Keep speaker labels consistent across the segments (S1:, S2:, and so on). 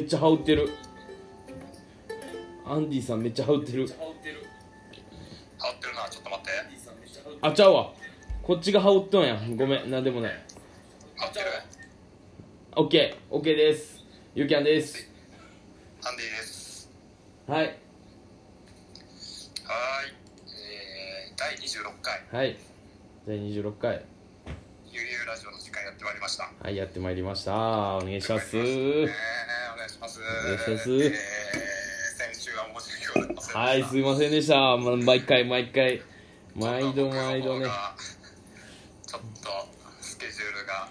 S1: っちゃ羽織ってるアンディさんめっちゃ羽織ってる
S2: 羽織ってるなちょっと待って
S1: あちゃうわこっちが羽織っとんやごめんなんでもない
S2: 羽織ってる
S1: オッケーオッケーですゆきゃんです
S2: アンディです
S1: はい
S2: はーい、えー、第26回
S1: はい第26回
S2: ゆうゆうラジオの時間やってまいりました
S1: はいやってまいりましたお願いします
S2: ねえお願いします。
S1: 願いします
S2: えー、先週は申し訳ございませんでした。
S1: はいすいませんでしたま毎回毎回毎度
S2: 僕の方が
S1: 毎度ね
S2: ちょっとスケジュールが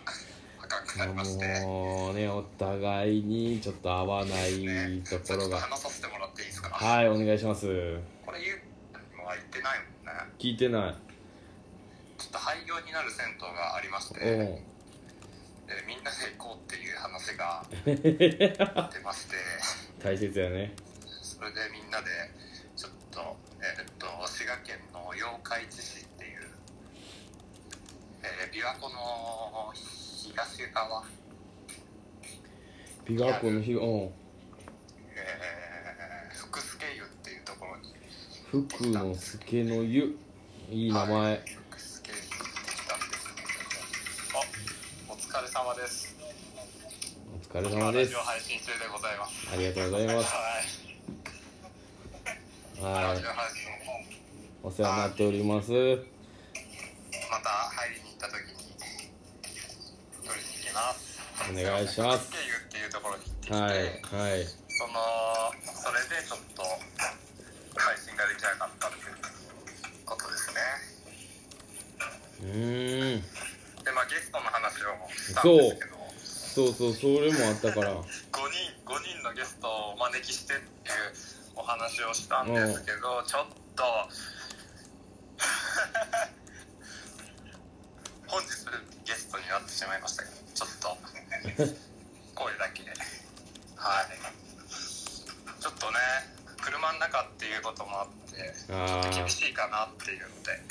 S2: 赤くなりまして、
S1: もうねお互いにちょっと合わないとこ
S2: ちょ
S1: ろ
S2: っと
S1: が
S2: 話させてもらっていいですか。
S1: はいお願いします
S2: これ言うのは言ってないもんね。
S1: 聞いてない
S2: ちょっと廃業になる銭湯がありまして、
S1: お
S2: で
S1: う
S2: みんなで行こうっていう話が出まして、
S1: 大切やね
S2: それでみんなでちょっとえーっと滋賀県の八日市市っていう、えー琵琶湖の東側。
S1: 琵琶湖の日うん
S2: えー福助湯っていうところに
S1: 福の助の湯いい名前
S2: 福助湯に行ってきたんですけどもあお疲れ様です
S1: お疲れ様です
S2: 今ラジオ配信中でございます
S1: ありがとうございます
S2: はいラ
S1: は
S2: ジ
S1: い
S2: オ配信
S1: お世話になっております
S2: また入りに行った時に取りに行きます
S1: お願いします
S2: 福助湯っていうところに行ってきて、
S1: はいはい
S2: そのそれでちょっと配信ができなかったっていうことです
S1: う
S2: ね
S1: ーん
S2: でまあゲストの話をしたんですけ
S1: そ
S2: ど
S1: うそうそれもあったから
S2: 5人5人のゲストをお招きしてっていうお話をしたんですけど、ちょっと 本日ゲストになってしまいましたけどちょっと声だけではいちょっとね車の中っていうこともあって
S1: ああ
S2: 厳しいかなっていうので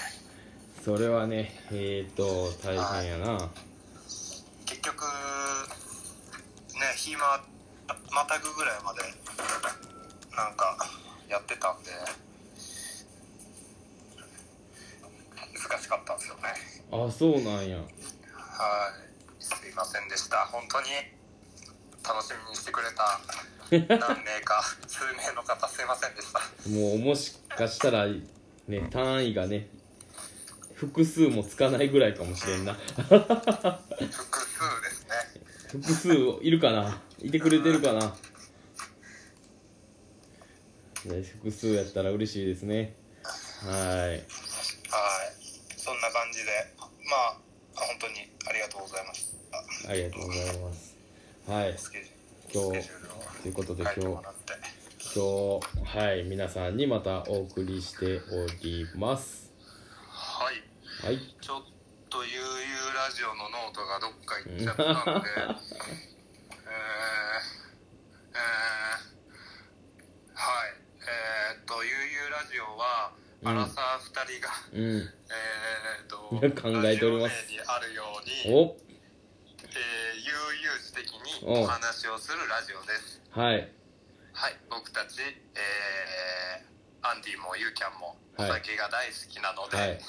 S1: それはねえーと大変やな
S2: 結局ね日ままたぐぐらいまでなんかやってたんで難しかったんですよね
S1: あそうなんや
S2: はいすいませんでした本当に楽しみにしてくれた何名か 数名の方すいませんでした
S1: もうもしかしたらね単位がね複数もつかないぐらいかもしれんな
S2: 複数ですね
S1: 複数いるかないてくれてるかなね複数やったら嬉しいですねはい
S2: はいそんな感じでまあ本当にありがとうございました
S1: ありがとうございますはい
S2: スケジ
S1: 今
S2: ュー
S1: 日
S2: ルスケジュールを
S1: ということで
S2: 書いて
S1: 今
S2: もらって
S1: 日今日はい皆さんにまたお送りしております
S2: はい
S1: はい
S2: ちょっと悠々ラジオのノートがどっか行っちゃったん で、えー、えー、はい、えー、っと、悠々ラジオは、
S1: うん
S2: アラサー2人が、
S1: うん
S2: えー、っと、
S1: 考えております
S2: ラジオ名にあるように、
S1: お
S2: えー、悠々自的に
S1: お
S2: お話をするラジオです。
S1: はい
S2: はい、僕たち、えー、アンディもユーキャンも、お
S1: はい
S2: 酒が大好きなので、
S1: はい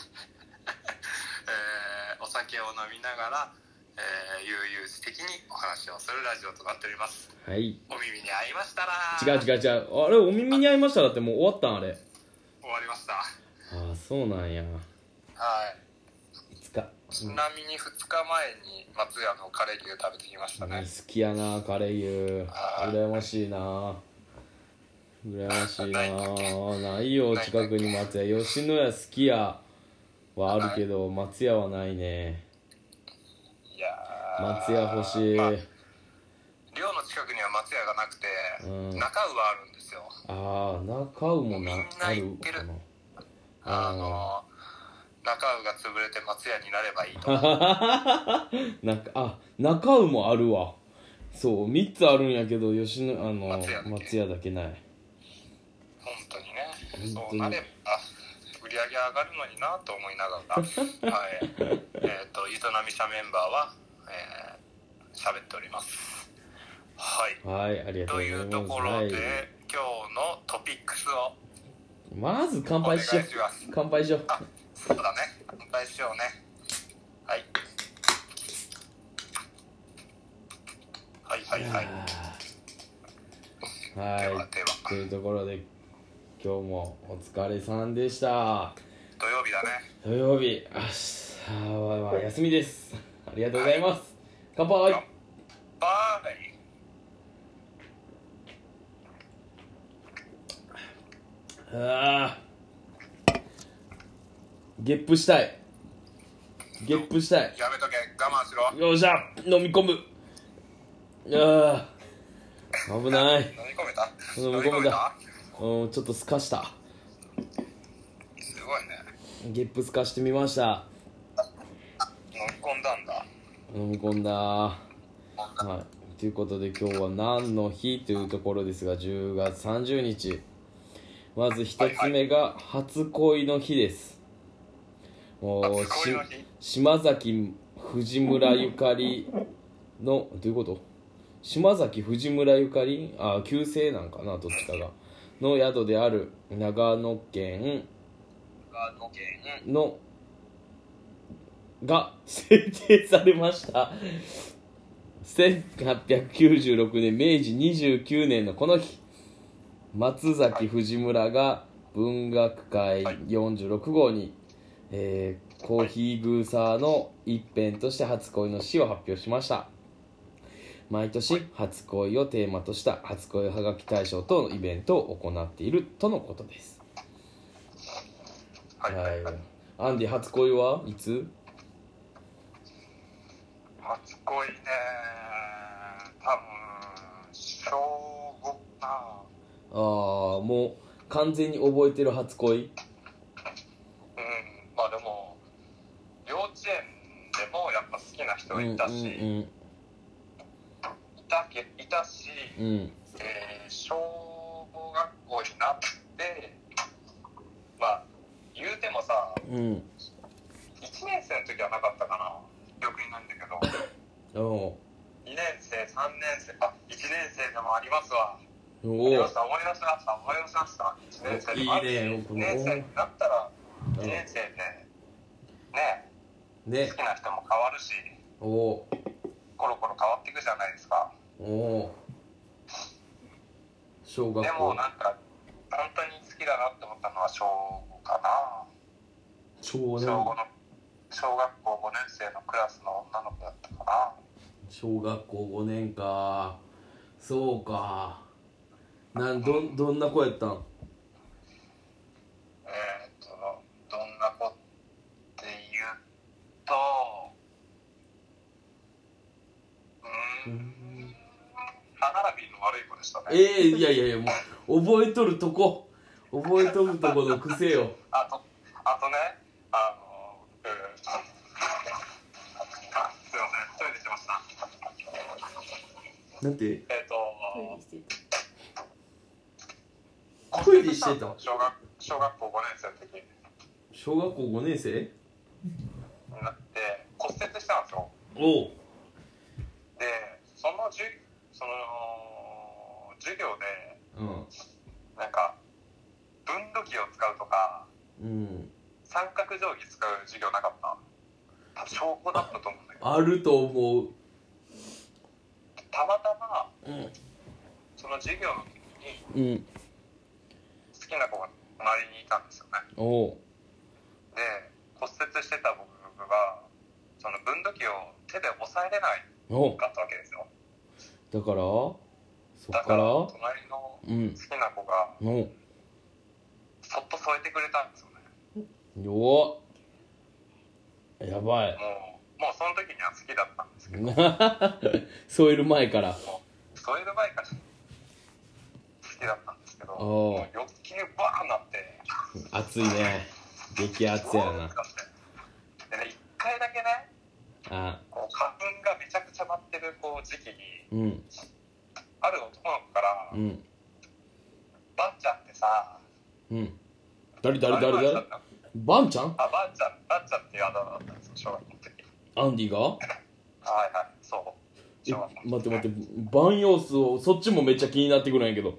S2: えーお酒を飲みながら、えー、悠々自適にお話をするラジオとなっております
S1: はい
S2: お耳に合いましたら
S1: 違う
S2: う
S1: 違う違うあれお耳に合いましただってもう終わったんあれ
S2: 終わりました
S1: ああそうなんや
S2: はい
S1: いつか
S2: ちなみに2日前に松屋のカレー牛食べてきました
S1: 好
S2: ね、
S1: きやなカレー油
S2: あー
S1: 羨ましいな羨ましい
S2: ないんだ
S1: なないよ
S2: ないんだ
S1: 近くに松屋吉野家好きやはあるけど松屋はないね
S2: いやー
S1: 松屋欲しい
S2: ま
S1: あ
S2: あ寮の近くには松屋がなくて、
S1: うん
S2: 中尾はあるんですよ
S1: あー中尾もな
S2: みんな
S1: あ
S2: 行
S1: る
S2: ってる
S1: かな
S2: あ
S1: あ
S2: の中尾が潰れて松屋になれば いい
S1: ー
S2: と
S1: なんかあ中尾もあるわそう3つあるんやけど吉野あの
S2: 松屋だけ
S1: 松屋だけない
S2: 本当にね
S1: 本
S2: そ
S1: 当
S2: う
S1: に
S2: なれば売り上げ上がるのになと思いながら、 はい、えっ、と営み社メンバーは、えー、喋っておりますはい
S1: はい、ありがとう
S2: と
S1: ござ
S2: いう
S1: い
S2: と
S1: ます。
S2: ころで、
S1: はい、
S2: 今日のトピックスを
S1: まず乾
S2: お
S1: 杯
S2: 願い
S1: し
S2: し
S1: よう。
S2: ます
S1: 乾杯しよう。
S2: あそうだね乾杯しようねはいはいはいはい
S1: あー
S2: で
S1: は、
S2: はではい
S1: というところで、今日もお疲れさんでした。
S2: 土曜日だね
S1: 土曜日、明日は休みです。ありがとうございます。乾杯
S2: バイ
S1: あーゲップしたい。ゲップしたい。
S2: やめとけ我慢しろ
S1: よっしゃ飲み込むあー危ない
S2: 飲み込めた
S1: 飲み込めたうんちょっとすかした
S2: すごいね
S1: ゲップすかしてみました
S2: 飲み込んだんだ
S1: 飲み込んだはいということで今日は何の日というところですが10月30日まず一つ目が初恋の日ですもう
S2: 初恋の日
S1: し島崎藤村ゆかりのどういうこと島崎藤村ゆかりあ旧姓なんかなどっちかがの宿である長野県
S2: 長野県
S1: のが 制定されました1896年明治29年のこの日松崎藤村が文学界
S2: はい
S1: 46号に、えーコーヒーグーサーの一編として初恋の詩を発表しました毎年初恋をテーマとした初恋はがき大賞とのイベントを行っているとのことです
S2: はいはい
S1: は
S2: はいい、
S1: アンディ初恋はいつ
S2: 初恋ね多分小5かな
S1: ああもう完全に覚えてる初恋
S2: うんまあでも幼稚園でもやっぱ好きな人いたし、
S1: うん
S2: いたけいたし、
S1: うんうん
S2: えー小学校になってまあ言うてもさ
S1: うん
S2: 1年生の時はなかったかな記憶にないんだけど
S1: うんお
S2: 2年生3年生あ1年生でもありますわ
S1: う
S2: 思
S1: お
S2: いう出した思い出しました思い出しました1年生でもあ
S1: い
S2: る
S1: いね
S2: 1年生になったら
S1: うん
S2: 2年生でね
S1: ね
S2: 好きな人も変わるし
S1: おお
S2: コロコロ変わっていくじゃないですか
S1: おお小学
S2: でも
S1: 校
S2: なんか本当に好きだなって思ったのは小5かな
S1: 小
S2: 小五
S1: 学
S2: の小学校5年生のクラスの女の子だったかな
S1: 小学校5年かそうかなんどんどんな子やったん
S2: えーっとどんな子って言うとうーん歯並びの悪い子でしたね
S1: ええいやいやいやもう覚えとるとこ覚えとるとこの癖よ
S2: あとあとねあのうんあすいませんトイレしてました
S1: なんて
S2: えーっと
S1: トイレしてた
S2: 小学小学校5年生の時
S1: 小学校5年生
S2: になって骨折したんですよ
S1: おう
S2: でそのじゅその授業で
S1: うん
S2: なんか分度器を使うとか
S1: うん、
S2: 三角定規使う授業なかった多分証拠だったと思うんだけど
S1: あると思う、
S2: たまたま
S1: うん
S2: その授業の時に
S1: うん、
S2: 好きな子が隣にいたんですよね
S1: おう
S2: で骨折してた僕がその分度器を手で押さえれな
S1: おう
S2: かったわけですよ
S1: だからそ
S2: だ
S1: っ
S2: か
S1: からら
S2: 隣の好
S1: うん
S2: きな子が
S1: おう
S2: そっと添えてくれたんですよね
S1: よっやばい
S2: もうもうその時には好きだったんですけど
S1: 添える前から
S2: 添える前から好きだったんですけど
S1: おう
S2: もう欲求バーンなって
S1: 熱いね激熱やな
S2: でね一回だけね
S1: あ
S2: こう花粉がめちゃくちゃ舞ってるこう時期に
S1: うん
S2: ある男の子から
S1: うん
S2: 「ばんちゃんってさ
S1: うん誰誰誰
S2: 〇〇だ
S1: 誰
S2: ったの
S1: バンちゃん
S2: あばんちゃんばんちゃんっていうあだ名だったんですよ小学校の時
S1: アンディが
S2: はいはいそう
S1: え
S2: 一応
S1: 待って待って万葉数をそっちもめっちゃ気になってくるんやけど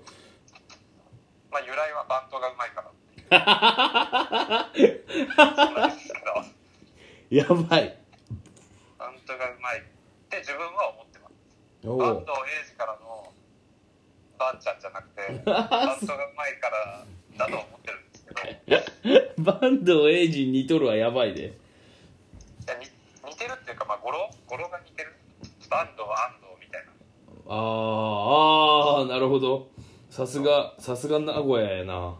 S2: まあ由来はバンドがうまいから っていうそうなんですけど
S1: やばい
S2: バンドがうまいって自分は思ってます
S1: お
S2: バ
S1: お
S2: ンドエイジからのバンちゃんじゃなく てバンドがうまいからだと思ってるんですけどい
S1: バンドエイジに似とるはやばいで
S2: やに似てるっていうかまあ語呂語呂が似てるバンドは安藤みたいな
S1: あーあーなるほどさすがさすが名古屋やな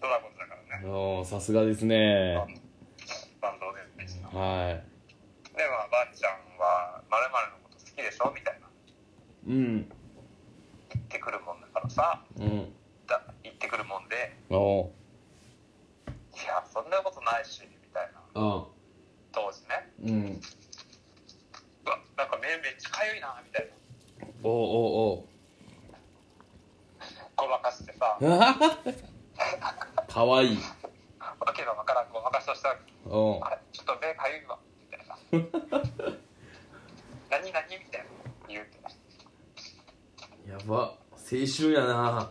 S2: ドラゴンズだからね
S1: おーさすがですね
S2: バンバンドエイジの
S1: は
S2: でまあばあちゃんはまるのこと好きでしょみたいない
S1: うん
S2: 言ってくるもんだからさ
S1: うん
S2: だ言ってくるもんで
S1: おお
S2: いやそんなことないしみたいな
S1: あ
S2: 当時ね
S1: うん
S2: うわなんか目めっちゃかゆいなみたいな
S1: おおお
S2: ごまかしてさ
S1: う かわいい
S2: わけがわからんごまかしとしたら
S1: おう
S2: あれちょっと目かゆいわみたいな何何みたいな言うて
S1: やば青春やな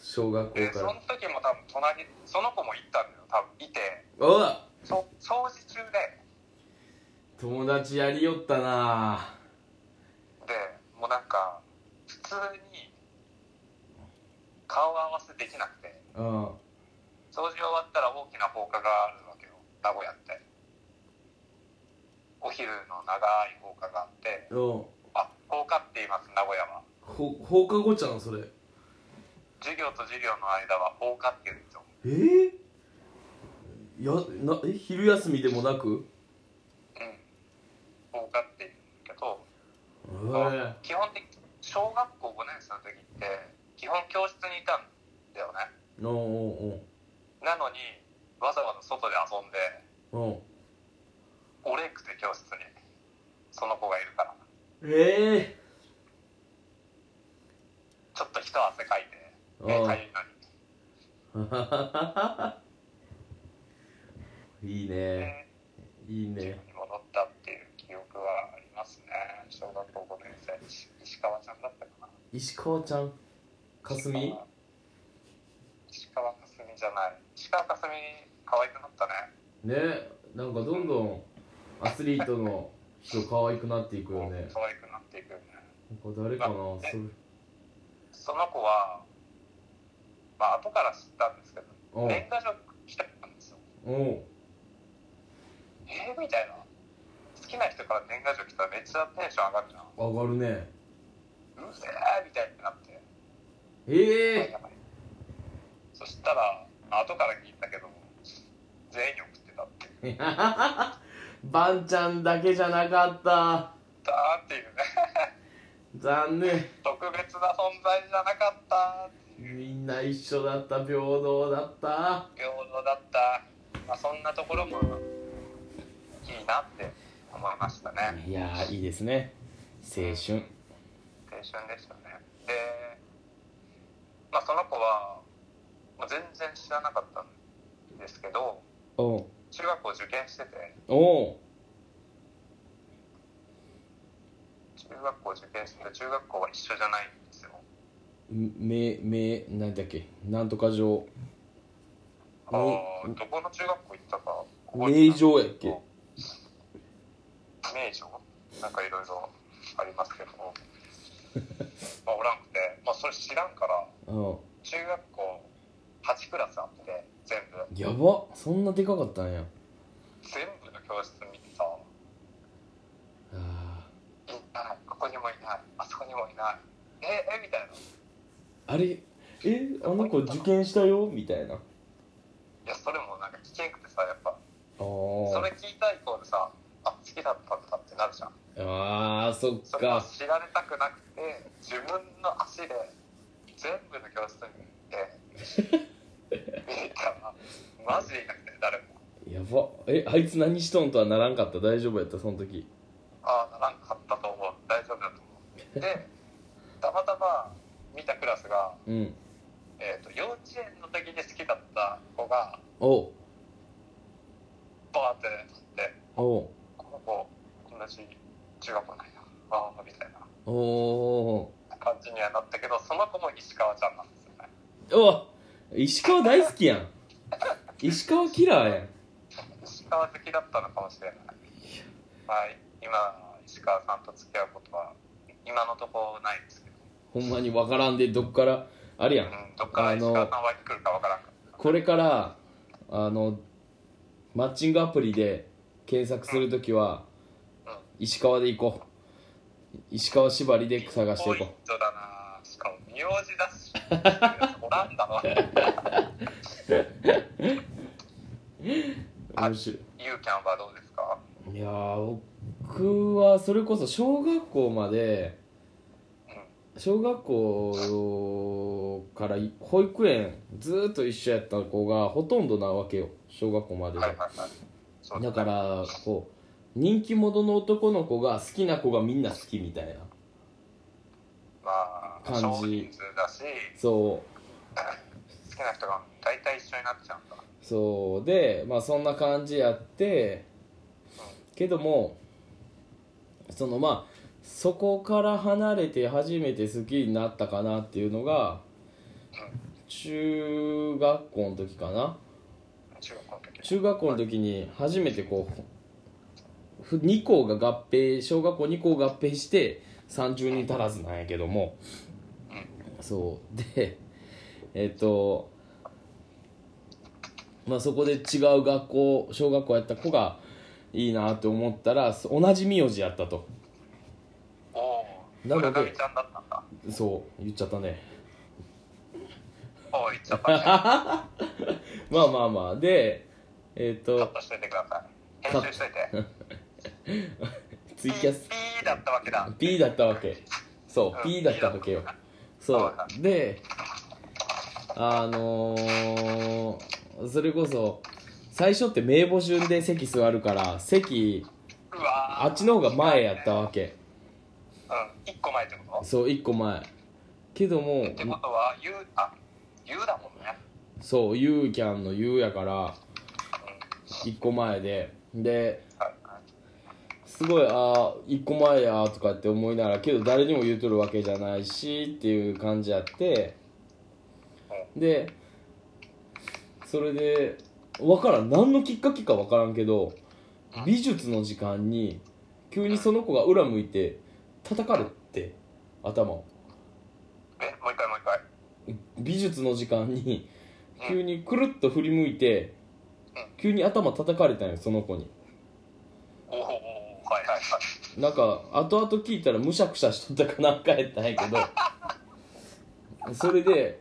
S1: 小学校
S2: で
S1: か
S2: その
S1: ら
S2: 時も多分隣その子も行ったんだよ多分いて
S1: おわ
S2: そ掃除中で
S1: 友達やりよったな
S2: でもうなんか普通に顔合わせできなくて
S1: うん
S2: 掃除終わったら大きな放課があるわけよ名古屋ってお昼の長い放課があって
S1: お
S2: あ放課って言います名古屋は
S1: ほ放課後ちゃんそれ
S2: 授業と授業の間は放課って言うんですよ
S1: えー、やなえ昼休みでもなく
S2: うん放課って言うんだけど
S1: うわ
S2: 基本的小学校5年生の時って基本教室にいたんだよね
S1: おお
S2: なのにわざわざ外で遊んで
S1: おお
S2: 俺くて教室にその子がいるから
S1: え
S2: ちょっと一汗かいて
S1: え
S2: 目か
S1: ー
S2: ゆいのに
S1: うん いいね
S2: で
S1: いい
S2: 自
S1: ね
S2: 分に戻ったっていう記憶はありますね小学校5年生石川ちゃんだったかな
S1: 石川ちゃんかすみ
S2: 石川かすみじゃない石川かすみ可愛くなったね
S1: ねなんかどんどんアスリートの人可愛くなっていくよね
S2: 可愛くなっていくよね
S1: なんか誰かなそれ
S2: その子は、まあ後から知ったんですけど、
S1: おう
S2: 年賀状来たんですよ。
S1: おう
S2: えー、みたいな。好きな人から年賀状来たらめっちゃテンション上がるじゃん。
S1: 上がるね
S2: うぜーみたいになって、
S1: ええ
S2: やばいそしたら、まあ後から聞いたけど、全員に送ってたっていう。
S1: バンちゃんだけじゃなかった
S2: だーっていうね、
S1: 残念
S2: 特別な存在じゃなかったっていう、
S1: みんな一緒だった平等だった
S2: 平等だった。まあそんなところもいいなって思いましたね。
S1: いやーいいですね青春
S2: 青春でしたねで、まあ、その子は、まあ、全然知らなかったんですけど
S1: おう
S2: 中学校受験してて
S1: おう
S2: 中学校受験してて中学校は一緒じゃないんですよ
S1: めめなんだっけなんとか城
S2: ああどこの中学校行ったか覚えてない
S1: 名城やっけ
S2: 名城なんかいろいろありますけど まあおらんくて、まあ、それ知らんから
S1: うん
S2: 中学校8クラスあって全部
S1: やばそんなでかかったんや
S2: 全部の教室見てさ
S1: あ
S2: いないここにもいないあそこにもいないええみたいな
S1: ーあれえあの子受験したよみたいなあ
S2: いやそれもなんか危険くてさやっぱそ
S1: ー
S2: れ聞いた以降でさあ好きだったんだってなるじゃん
S1: あーそっ
S2: それは
S1: か
S2: 知られたくなくて自分の足で全部の教室に行って見たらマジでいなくて誰も
S1: やばえあいつ何しとんとはならんかった大丈夫やったその時
S2: ああならんかったと思う大丈夫だと思うでたまたま見たクラスが、
S1: うん
S2: えー、と幼稚園の時に好きだった子が
S1: おう
S2: バーって立って
S1: おう
S2: この子同じ中
S1: おお
S2: 感じにはなったけどその子も石川ちゃんなんですよね
S1: ーうわ石川大好きやん石川キラーやん
S2: 石川好きだったのかもしれないはい今石川さんと付き合うことは今のところないですけど、
S1: ほんまにわからんでどっからあれやん
S2: うん、どっから石川さん湧いてくるかわからんから
S1: これからあのマッチングアプリで検索するときは
S2: うん
S1: 石川で行こう石川縛りで探してい
S2: ポイ
S1: こ
S2: ントだなしかも名字 だしおらんだわ
S1: う面白い
S2: ゆうキャンはどうですか
S1: いやー僕はそれこそ小学校まで小学校からい保育園ずーっと一緒やった子がほとんどなわけよ小学校ま
S2: う
S1: で
S2: ん
S1: で
S2: はいはいはいそう
S1: だからこう人気者の男の子が好きな子がみんな好きみたいな
S2: まあ
S1: 感じ
S2: 少人数だし
S1: そう
S2: 好きな人が大体一緒になっちゃうんだ
S1: そうでまあそんな感じやってけどもそのまあそこから離れて初めて好きになったかなっていうのが中学校の時かな
S2: 中学校の時
S1: 中学校の時に初めてこう2校が合併小学校2校合併して30人足らずなんやけどもそうでえっとまあそこで違う学校小学校やった子がいいなって思ったらそ同じ名字やったと
S2: おお
S1: なので
S2: 村上ちゃんだったんだ
S1: そう言っちゃったね
S2: おお言っちゃったねカ
S1: まあまあまあでえっと
S2: ットしといてください編集しといて
S1: ツイキャス
S2: ピーだったわけだ
S1: P だったわけそううん P だったわけよそうであのーそれこそ最初って名簿順で席座るから席
S2: うわー
S1: あっちの方が前やったわけ
S2: うん一個前ってこと
S1: そう1個前けども
S2: ってことはゆうあゆうだもんね
S1: そうユーキャンの U やから1個前でで
S2: はい
S1: すごいあ1個前やとかって思いながらけど誰にも言うとるわけじゃないしっていう感じやってでそれで分からん何のきっかけか分からんけど美術の時間に急にその子が裏向いて叩かれて頭を
S2: えもう一回もう一回
S1: 美術の時間に
S2: うん
S1: 急にくるっと振り向いて急に頭叩かれたんよその子に
S2: おおはいはいはい
S1: なんか後々聞いたらむしゃくしゃしとったかなんかやったんやけどそれで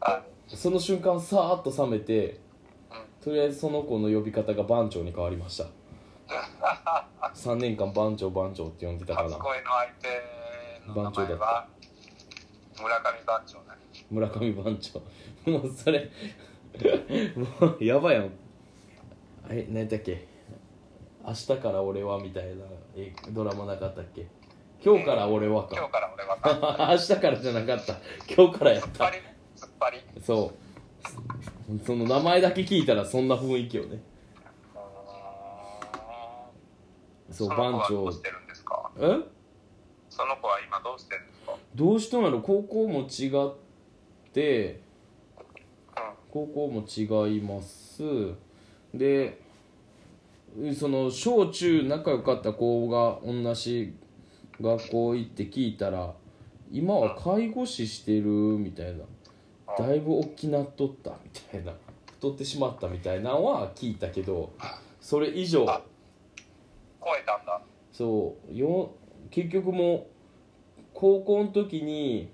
S2: あ
S1: その瞬間さーっと冷めてとりあえずその子の呼び方が番長に変わりました3年間番長番長って呼んでたから
S2: 初恋の相手の名前は村上番長だね
S1: 村上番長 もうそれ もうやばいやんえ何やったっけ「明日から俺は」みたいなえドラマなかったっけ今日から俺は
S2: 今
S1: か
S2: 日から俺は
S1: 明日からじゃなかった今日からやっ
S2: 突っ張
S1: た
S2: りね突っ張り
S1: そうその名前だけ聞いたらそんな雰囲気よね
S2: うーん
S1: そう
S2: その
S1: 番
S2: 子はど
S1: 長
S2: うしてるんですか
S1: え
S2: その子は今どうしてるんですか
S1: どうしとんやろ高校も違って
S2: う
S1: 高校も違いますでその小中仲良かった子が同じ学校行って聞いたら今は介護士してるみたいなだいぶ大きなっとったみたいな太ってしまったみたいなのは聞いたけどそれ以上
S2: あ超えたんだ
S1: そうよ結局もう高校の時に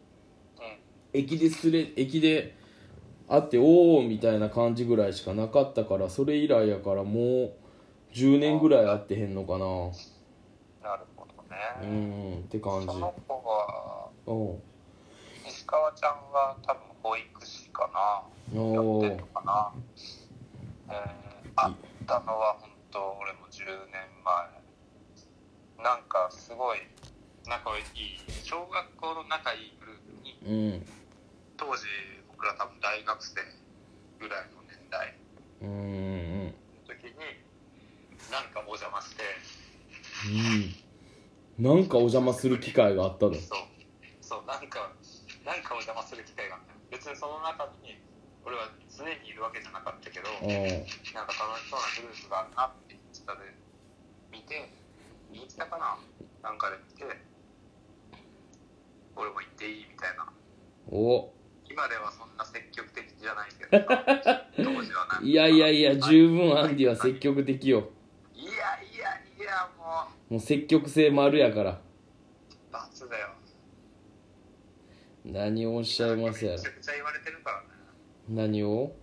S2: うん
S1: 駅ですれ駅で会っておおみたいな感じぐらいしかなかったからそれ以来やからもう10年ぐらい会ってへんのかな
S2: なるほど
S1: う
S2: ね
S1: んって感
S2: そ
S1: じ
S2: の子は
S1: お
S2: 石川ちゃんは多分保育士かなやっ
S1: お
S2: て
S1: ー
S2: んのかなえー、会ったのは本当俺も10年前なんかすごい仲いい小学校の仲いいグループに
S1: うん
S2: 当時僕ら多分大学生ぐらいの年代
S1: うんうん
S2: の時になんかお邪魔して
S1: うんなんかお邪魔する機会があったの
S2: そうそうなんかなんかお邪魔する機会があった別にその中に俺は常にいるわけじゃなかったけど
S1: あー
S2: なんか楽しそうなグループがあるなってインスタで見てインスタかななんかで見て俺も行っていいみたいな
S1: お
S2: 今ではそんな積極的じゃないけどさ当時はなん か
S1: いやいやいや十分アンディは
S2: 積
S1: 積
S2: 極
S1: 極的よ
S2: いやいやいやもう
S1: もう積極性丸やから
S2: 罰だよ
S1: 何をおっしゃいますやら
S2: めちゃくちゃ言われてるからね
S1: 何を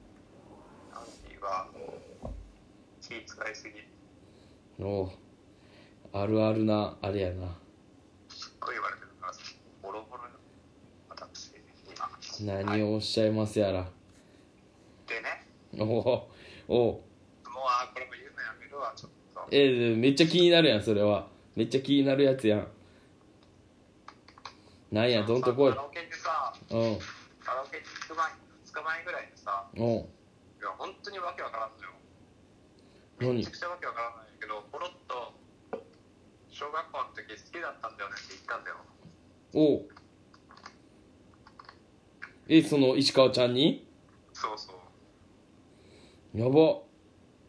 S2: アンディは気使いすぎ
S1: おうあるあるなあれやな
S2: すっごい言われてるからさボロボロよ私今はい
S1: 何をおっしゃいますやら、
S2: でね
S1: おおおう
S2: もうあーこれも言うのやめるわちょっと
S1: えーめっちゃ気になるやんそれはめっちゃ気になるやつやんなんやどんとこい
S2: カラオケでさ
S1: うん
S2: カラオケに行く前2日前ぐらいにさ
S1: おう
S2: いや本当にわけわからんのよ
S1: 何
S2: めちゃくちゃわけわからないけどポロッと小学校の時好きだったんだよねって言ったんだよ
S1: おうえその石川ちゃんに
S2: そうそう
S1: やば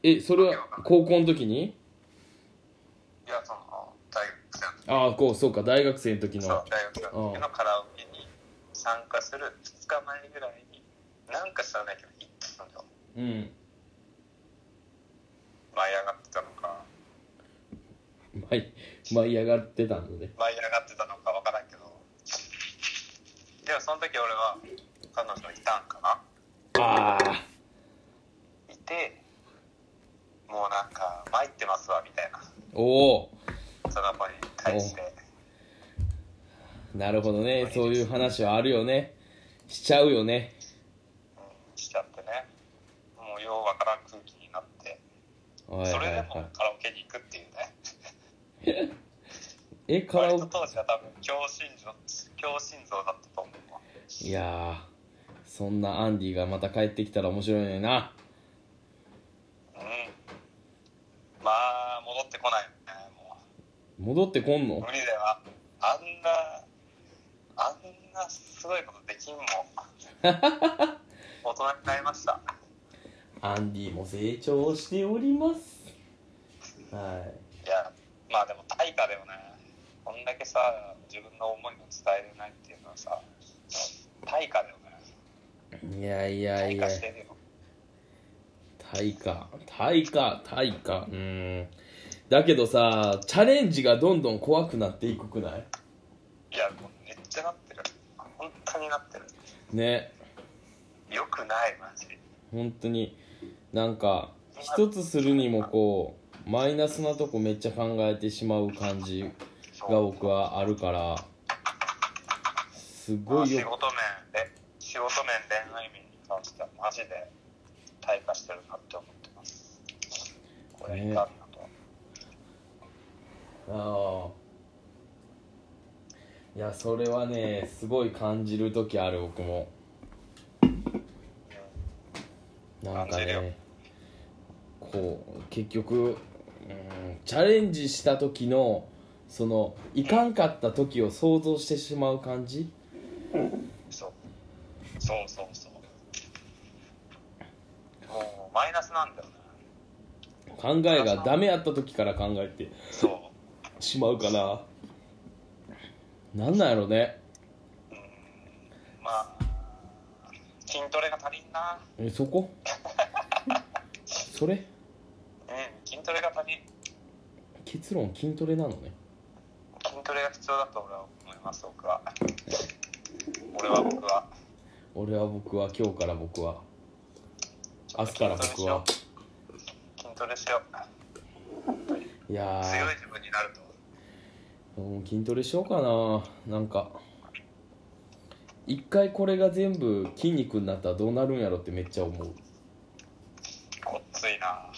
S1: えそれは高校の時に
S2: いやその大学生の
S1: ああこうそうか大学生の時
S2: 時そう
S1: の
S2: 大学生の時のカラオケに参加する2日前ぐらいになんか知らないけど行ったんだよ
S1: うん
S2: 舞い上がってたのか
S1: 舞い舞い上がってたのね
S2: 舞い上がってたのかわからんけどでもその時俺は彼女いたんかな
S1: ああ
S2: いてもうなんか参ってますわみたいな
S1: おお
S2: その子に対して
S1: なるほどねそういう話はあるよねしちゃうよね
S2: うんしちゃってねもうようわからん空気になって
S1: はいはい
S2: それでも
S1: は
S2: カラオケに行くっていうね
S1: いえカラ
S2: 割
S1: オ
S2: と
S1: ケ
S2: 当時は多分強心臓強心臓だったと思うわ
S1: いやーそんなアンディがまた帰ってきたら面白いのにな
S2: うんまあ戻ってこないよねも
S1: 戻ってこん
S2: う無
S1: の
S2: 理だよああんなあんなすごいことできんもん大人になりました
S1: アンディも成長しておりますはい
S2: いやまあでも対価だよねこんだけさ自分の思いを伝えれないっていうのはさ対価だよね
S1: いやいやい
S2: 対
S1: や
S2: 価してるよ
S1: 対価対価対価うーんだけどさチャレンジがどんどん怖くなっていくくない
S2: いやもうめっちゃなってる本当になってる
S1: ね
S2: よくないマジ
S1: 本当になんか一つするにもこうマイナスなとこめっちゃ考えてしまう感じ
S2: そう
S1: が僕はあるからす
S2: ま
S1: ご
S2: あ
S1: い
S2: 仕
S1: よ
S2: 事面で仕事面恋愛面に関してはマジで対価してるなって思ってますこれいかんなと、
S1: あーいやそれはねすごい感じる時ある僕もなんか
S2: 感じるよ
S1: ねこう結局うんチャレンジした時のそのいかんかった時を想像してしまう感じ
S2: そうそうそうそうもうマイナスなん だよね
S1: 考えがダメやった時から考えて
S2: そう
S1: しまうからなんなんやろね
S2: うんまあ筋トレが足りんな
S1: えそ こそれ
S2: うん筋トレが足りん
S1: 結論筋トレなのね
S2: 筋トレが必要だと俺は思います僕は俺は僕は
S1: 俺は僕は今日から僕は明日から僕は
S2: 筋トレしよう
S1: いやー
S2: 強い自分になると
S1: もう筋トレしようかななんか一回これが全部筋肉になったらどうなるんやろってめっちゃ思う
S2: こっついな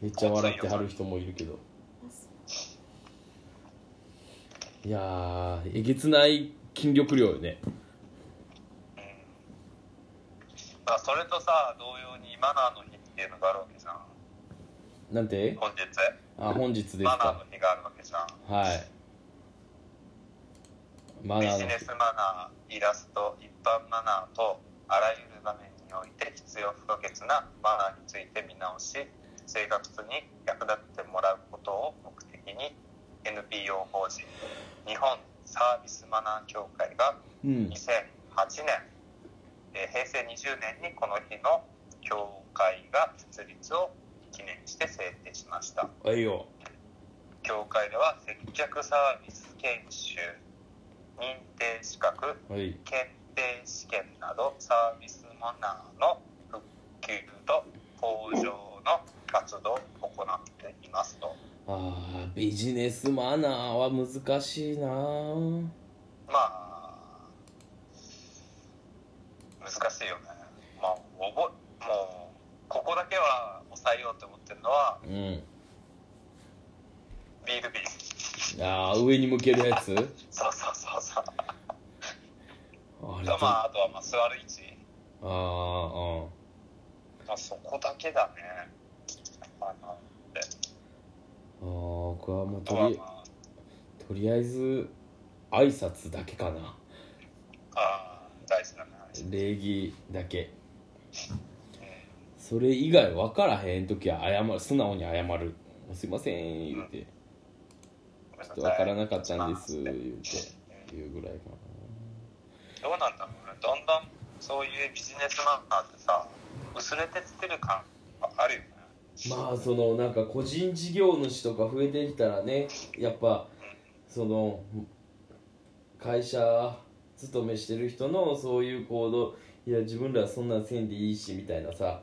S1: めっちゃ笑ってはる人もいるけどいやーえげつない筋力量よね
S2: まあそれとさ同様にマナーの日っていうのがあるわけじゃん
S1: なんて
S2: 本日
S1: ああ本日です
S2: マナーの
S1: か
S2: 日があるわけじゃん
S1: はいマ
S2: ビ
S1: ナー
S2: ジ
S1: の
S2: ネスマナーイラスト一般マナーとあらゆる場面において必要不可欠なマナーについて見直し生活に役立ってもらうことを目的に NPO 法人日本サービスマナー協会が
S1: うん
S2: 2008年、えー平成20年にこの日の協会が設立を記念して制定しました
S1: あいいよ
S2: 協会では接客サービス研修認定資格
S1: はい
S2: 検定試験などサービスマナーの復旧と向上の活動を行っていますと
S1: あービジネスマナーは難しいなぁ
S2: まあ難しいよねまあ覚えもうここだけは抑えようと思ってるのは
S1: うん
S2: ビールビー
S1: あー上に向けるやつ
S2: そうそうそうそう
S1: あれ
S2: ま
S1: だあ
S2: ああとはまあ座る位置
S1: あー
S2: まあ、そこだけだね。あので
S1: うんあー僕はもう
S2: あと
S1: と
S2: は、
S1: り
S2: ま
S1: とりあえず挨拶だけかな
S2: あ、あー大事な話。うん
S1: 礼儀だけそれ以外分からへん時は謝る素直に謝る「すいません」言うて
S2: ごめんな
S1: 「
S2: さい
S1: 分からなかったんです」
S2: ま
S1: 言
S2: あ
S1: うて言うぐらいか
S2: どうなんだろうね。どんどんそういうビジネスマナーってさ、薄れてってる感があるよね。
S1: なまあそのなんか個人事業主とか増えてきたらねやっぱその会社勤めしてる人のそういう行動いや自分らそんなんせんでいいしみたいなさ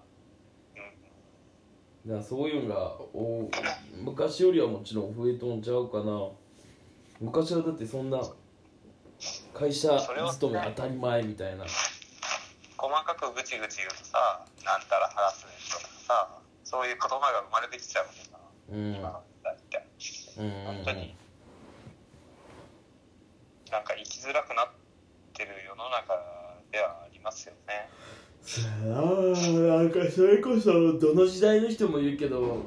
S2: うん。
S1: だからそういうのがお昔よりはもちろん増えとんちゃうかな昔はだってそんな会社
S2: それは
S1: 勤め当たり前みたいな
S2: 細かくぐちぐち言うとさ、なんたらハラスメントとかさ、そういう言葉が生まれてきちゃうもんな。
S1: うんうん
S2: 今の時代って。
S1: うん
S2: 本当になんか生きづらくなってる世の中ではありますよね。
S1: あなんかそれこそどの時代の人も言うけど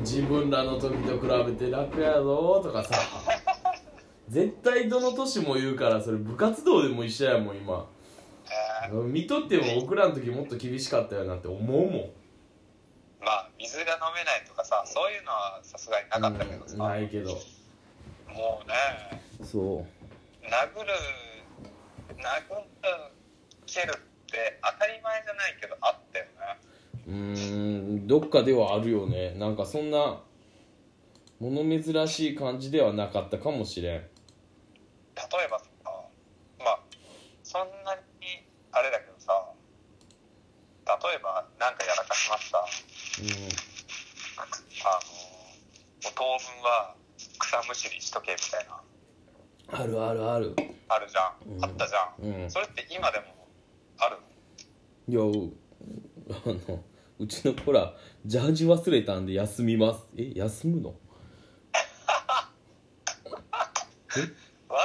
S1: 自分らの時と比べて楽やぞとかさ絶対どの年も言うからそれ部活動でも一緒やもん今
S2: え
S1: 見とっても僕らの時もっと厳しかったよなって思うもん
S2: ーまあ水が飲めないとかさそういうのはさすがになかったけどさ、
S1: うんないけど
S2: もうね
S1: そ
S2: 殴る殴る蹴るって当たり前じゃないけどあったよね
S1: ううーんどっかではあるよねなんかそんな物珍しい感じではなかったかもしれん
S2: 例えばさまあそんなにあれだけどさ例えばなんかやらかしましたあの当分は草むしりしとけみたいな
S1: うんあるあるある
S2: あるじゃ
S1: うん
S2: んあったじゃん、
S1: うん
S2: それって今でもあるの
S1: いやう あのうちの子らジャージ忘れたんで休みますえ休むの
S2: マ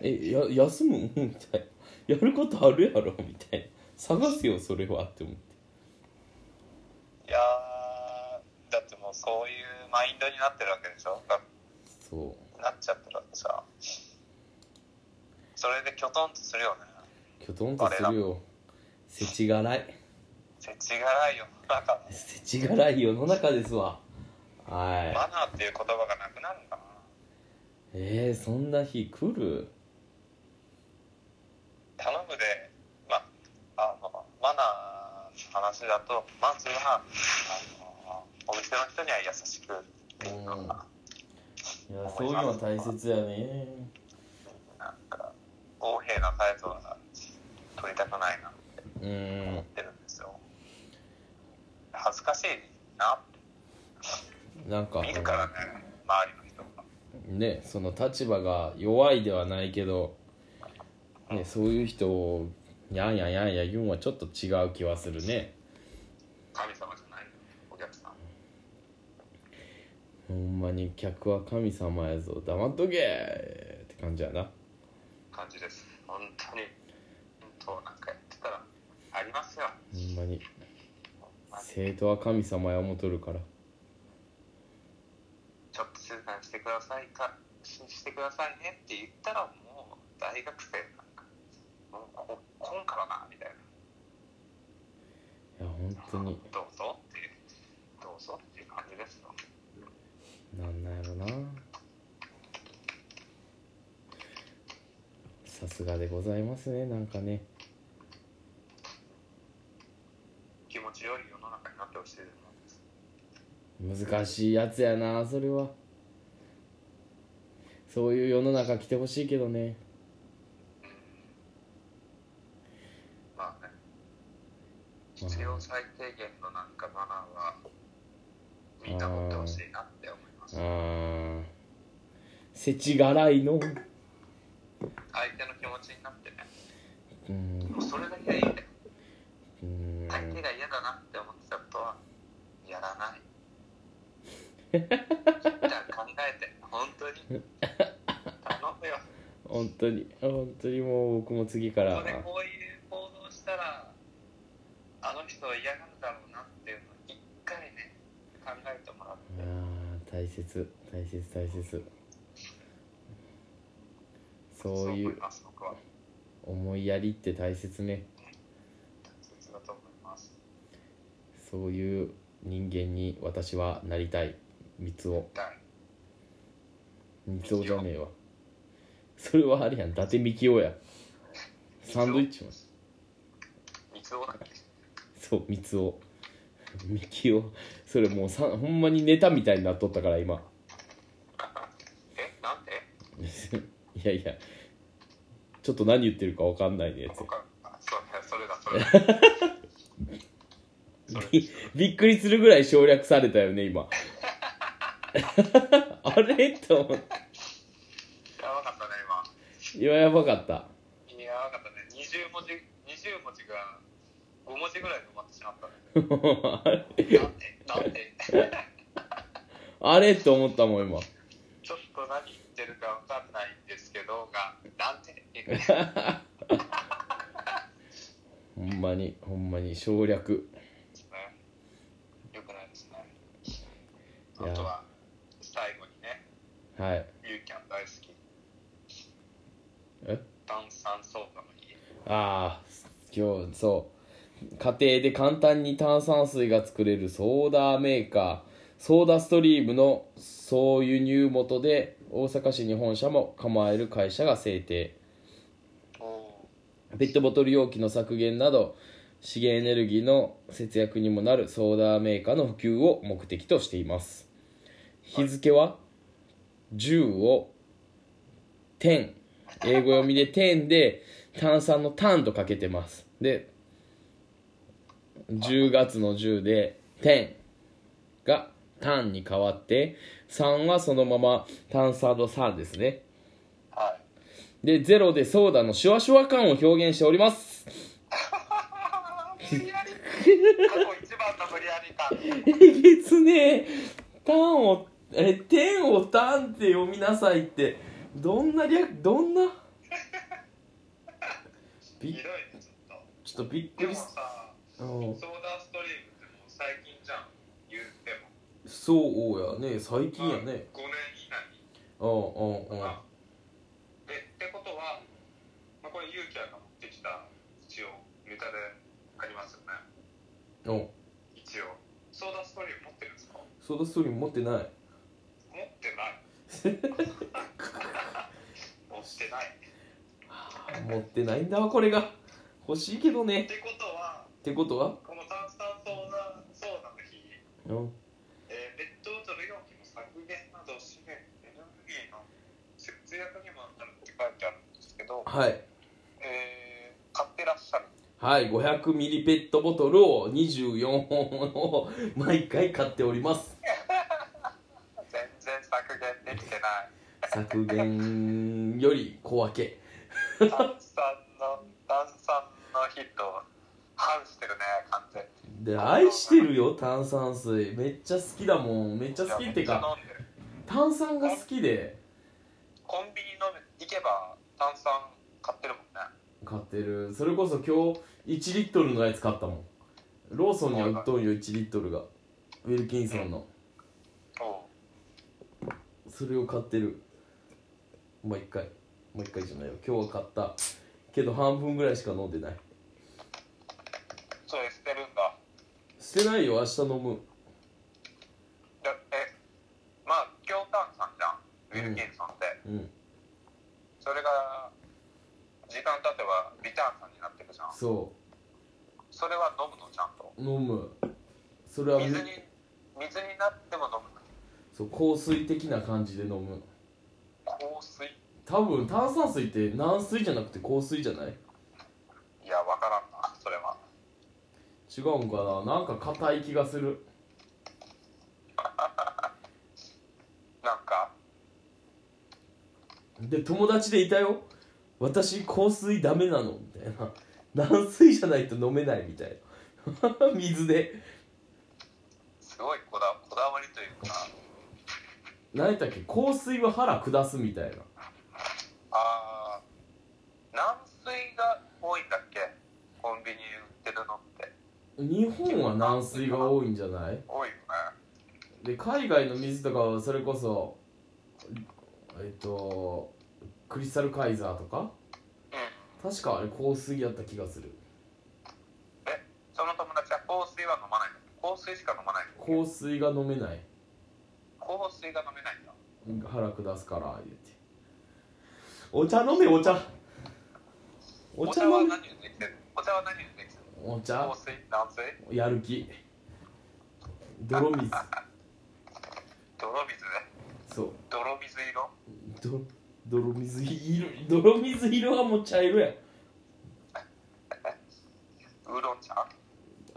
S2: ジで
S1: えや休むんみたいな やることあるやろみたいな探すよそれはって思って
S2: いやーだってもうそういうマインドになってるわけでしょが
S1: そう
S2: なっちゃってるわけじゃんそれできょとんとするよね
S1: きょとんとするよせちがらい
S2: せちがらい世の中の
S1: せちがらい世の中ですわはい
S2: マナーっていう言葉がなくなるんだな
S1: えー、そんな日来る
S2: 頼むでまああのマナーの話だとまずはあのお店の人には優しくっていうか
S1: うん
S2: ない
S1: やそういうのは大切やね
S2: んか横柄な態度は取りたくないな
S1: う
S2: 思
S1: ん
S2: ってるんですよ恥ずかしいな
S1: なんか
S2: 見るからね周りの人が
S1: ねその立場が弱いではないけど、ね、そういう人をやんやんやんや言うんはちょっと違う気はするね
S2: 神様じゃないよお客さん
S1: ほんまに客は神様やぞ黙っとけって感じやな
S2: 感じです本当に本当なんかやってたらありますよ
S1: ほんまに
S2: マジ
S1: 生徒は神様や思とるから当に
S2: どうぞっていうどうぞっていう感じですよ
S1: なんなんやろなさすがでございますねなんかね
S2: 気持ちよい世の中になってほしいです
S1: 難しいやつやなそれはそういう世の中来てほしいけどね
S2: まあね必要最低限のなんかマナーはみんな持ってほしいなって思います
S1: あーせちがらいの
S2: 相手の気持ちになってね
S1: うん
S2: もうそれだけでいいんだよ
S1: うん
S2: 相手が嫌だなって思ってたことはやら ないじゃあ考えて本当に頼むよ
S1: 本当に本当にもう僕も次から
S2: それこういう行動したらあの人は嫌がるだろうなっていうのを一回ね考えてもらっ
S1: あ
S2: て
S1: ー大切大切大切そうい
S2: 思いうます僕は
S1: 思いやりって大切ね
S2: 大切だと思います
S1: そういう人間に私はなりたい三つ男
S2: だ
S1: 三つ男じゃねえわそれはあれやん伊達みきおやサンドイッチマン
S2: 三つ男だっけ
S1: そう三つ男みきおそれもうさほんまにネタみたいになっとったから今
S2: えなんで
S1: いやいやちょっと何言ってるかわかんないねやつ
S2: 僕はあそうねそれ だそれだそれ
S1: びびっくりするぐらい省略されたよね今 あれと思っ
S2: やばかったね
S1: て今やばかった
S2: 今やばかったね20文字20文字が5文字ぐらいで終わってしまったね
S1: もうあれ
S2: なんでなんで
S1: あれと思ったもん今
S2: ちょっと何言ってるか分かんないんですけどがなんで
S1: ほんまにほんまに省略
S2: ね、よくないですね。
S1: いや
S2: あとは、最後にね、
S1: はい
S2: ユーキャン大好き、
S1: え
S2: 炭酸ソーダの日。
S1: ああ今日そう家庭で簡単に炭酸水が作れるソーダメーカーソーダストリームの総輸入元で大阪市に本社も構える会社が制定
S2: おお
S1: ペットボトル容器の削減など資源エネルギーの節約にもなるソーダメーカーの普及を目的としています日付は10を10英語読みで10で炭酸の炭とかけてますで10月の10で10が炭に変わって3はそのまま炭酸の3ですね
S2: ー。はい。
S1: でゼロでソーダのシュワシュワ感を表現しております
S2: 無理やり過去一番の無理やり感
S1: えげつねえタンをえ天をタンって読みなさいってどんな略どんなび
S2: ひどいねちょっ
S1: ちょっとびっ
S2: とで
S1: く
S2: も
S1: りす
S2: さ
S1: うん
S2: ソーダストリームってもう最近じゃん言っても
S1: そうやね最近やね
S2: 5年以内に
S1: うんうんうん
S2: あでってことは、まあ、これユーキャンが持ってきた一応ネタでありますよね
S1: うん
S2: 一応ソーダストリーム持ってるんですか持
S1: ソーダストリーム持ってない
S2: ってない持ってないっ
S1: 持ってないんだわこれが欲しいけどね
S2: てことは
S1: ってことは
S2: この炭酸ソーダソーダの日、
S1: うん
S2: えー、ペットボトル容器の削減など資源エネルギーの節約にもなるって書いてあるんですけど、
S1: はい
S2: えー、買ってらっしゃる
S1: はい500ミリペットボトルを24本を毎回買っております
S2: 全然削減できてない
S1: 削減より小分け
S2: 炭酸の炭酸のヒットを反してるね完全に
S1: で愛してるよ炭酸水めっちゃ好きだもんめっちゃ好きって
S2: いや
S1: か
S2: めっちゃ飲んでる
S1: 炭酸が好きで
S2: コンビニ飲み行けば炭酸買ってるもんね
S1: 買ってるそれこそ今日1リットルのやつ買ったもんローソンには売っとんよ1リットルがウィルキンソンの
S2: おう
S1: それを買ってるもう一回もう一回じゃないよ今日は買ったけど半分ぐらいしか飲んでない
S2: それ捨てるんだ
S1: してないよ明日飲む
S2: だえまあ京丹さんじゃんウィルキンソンって、
S1: うん
S2: それが時間経てばビターンさんになってるじゃん
S1: そ
S2: それは飲むのちゃんと
S1: う飲むそれは
S2: 水に水になっても飲む
S1: そう香水的な感じで飲む
S2: 香水
S1: 多分炭酸水って軟水じゃなくて香水じゃない
S2: いやわからんなそれは
S1: 違うんかななんか硬い気がする
S2: なんか
S1: で友達でいたよ私香水ダメなのみたいな軟水じゃないと飲めないみたいな 水です
S2: ごいこだこだわりというか
S1: 何やったっけ香水は腹下すみたいな
S2: あー軟水が多いんだっけコンビニに売ってるのって
S1: 日本は軟水が多いんじゃない
S2: 多いよね
S1: で海外の水とかはそれこそえっとクリスタルカイザーとか
S2: うん
S1: 確かあれ香水やった気がする
S2: その友達は香水は飲まないんだっけ香水しか飲まないんだっけ
S1: 香水が飲めない
S2: 香水が飲めないんだ
S1: 腹下すから言ってお茶飲めお茶お
S2: お
S1: 茶
S2: 茶は
S1: 飲め
S2: 何にできてるお茶は何にできてる
S1: お
S2: 香
S1: 茶
S2: 水軟水
S1: やる気泥水
S2: 泥水ね
S1: そう
S2: 泥水色
S1: ど泥水色泥水色はもう茶色や
S2: ウーロン茶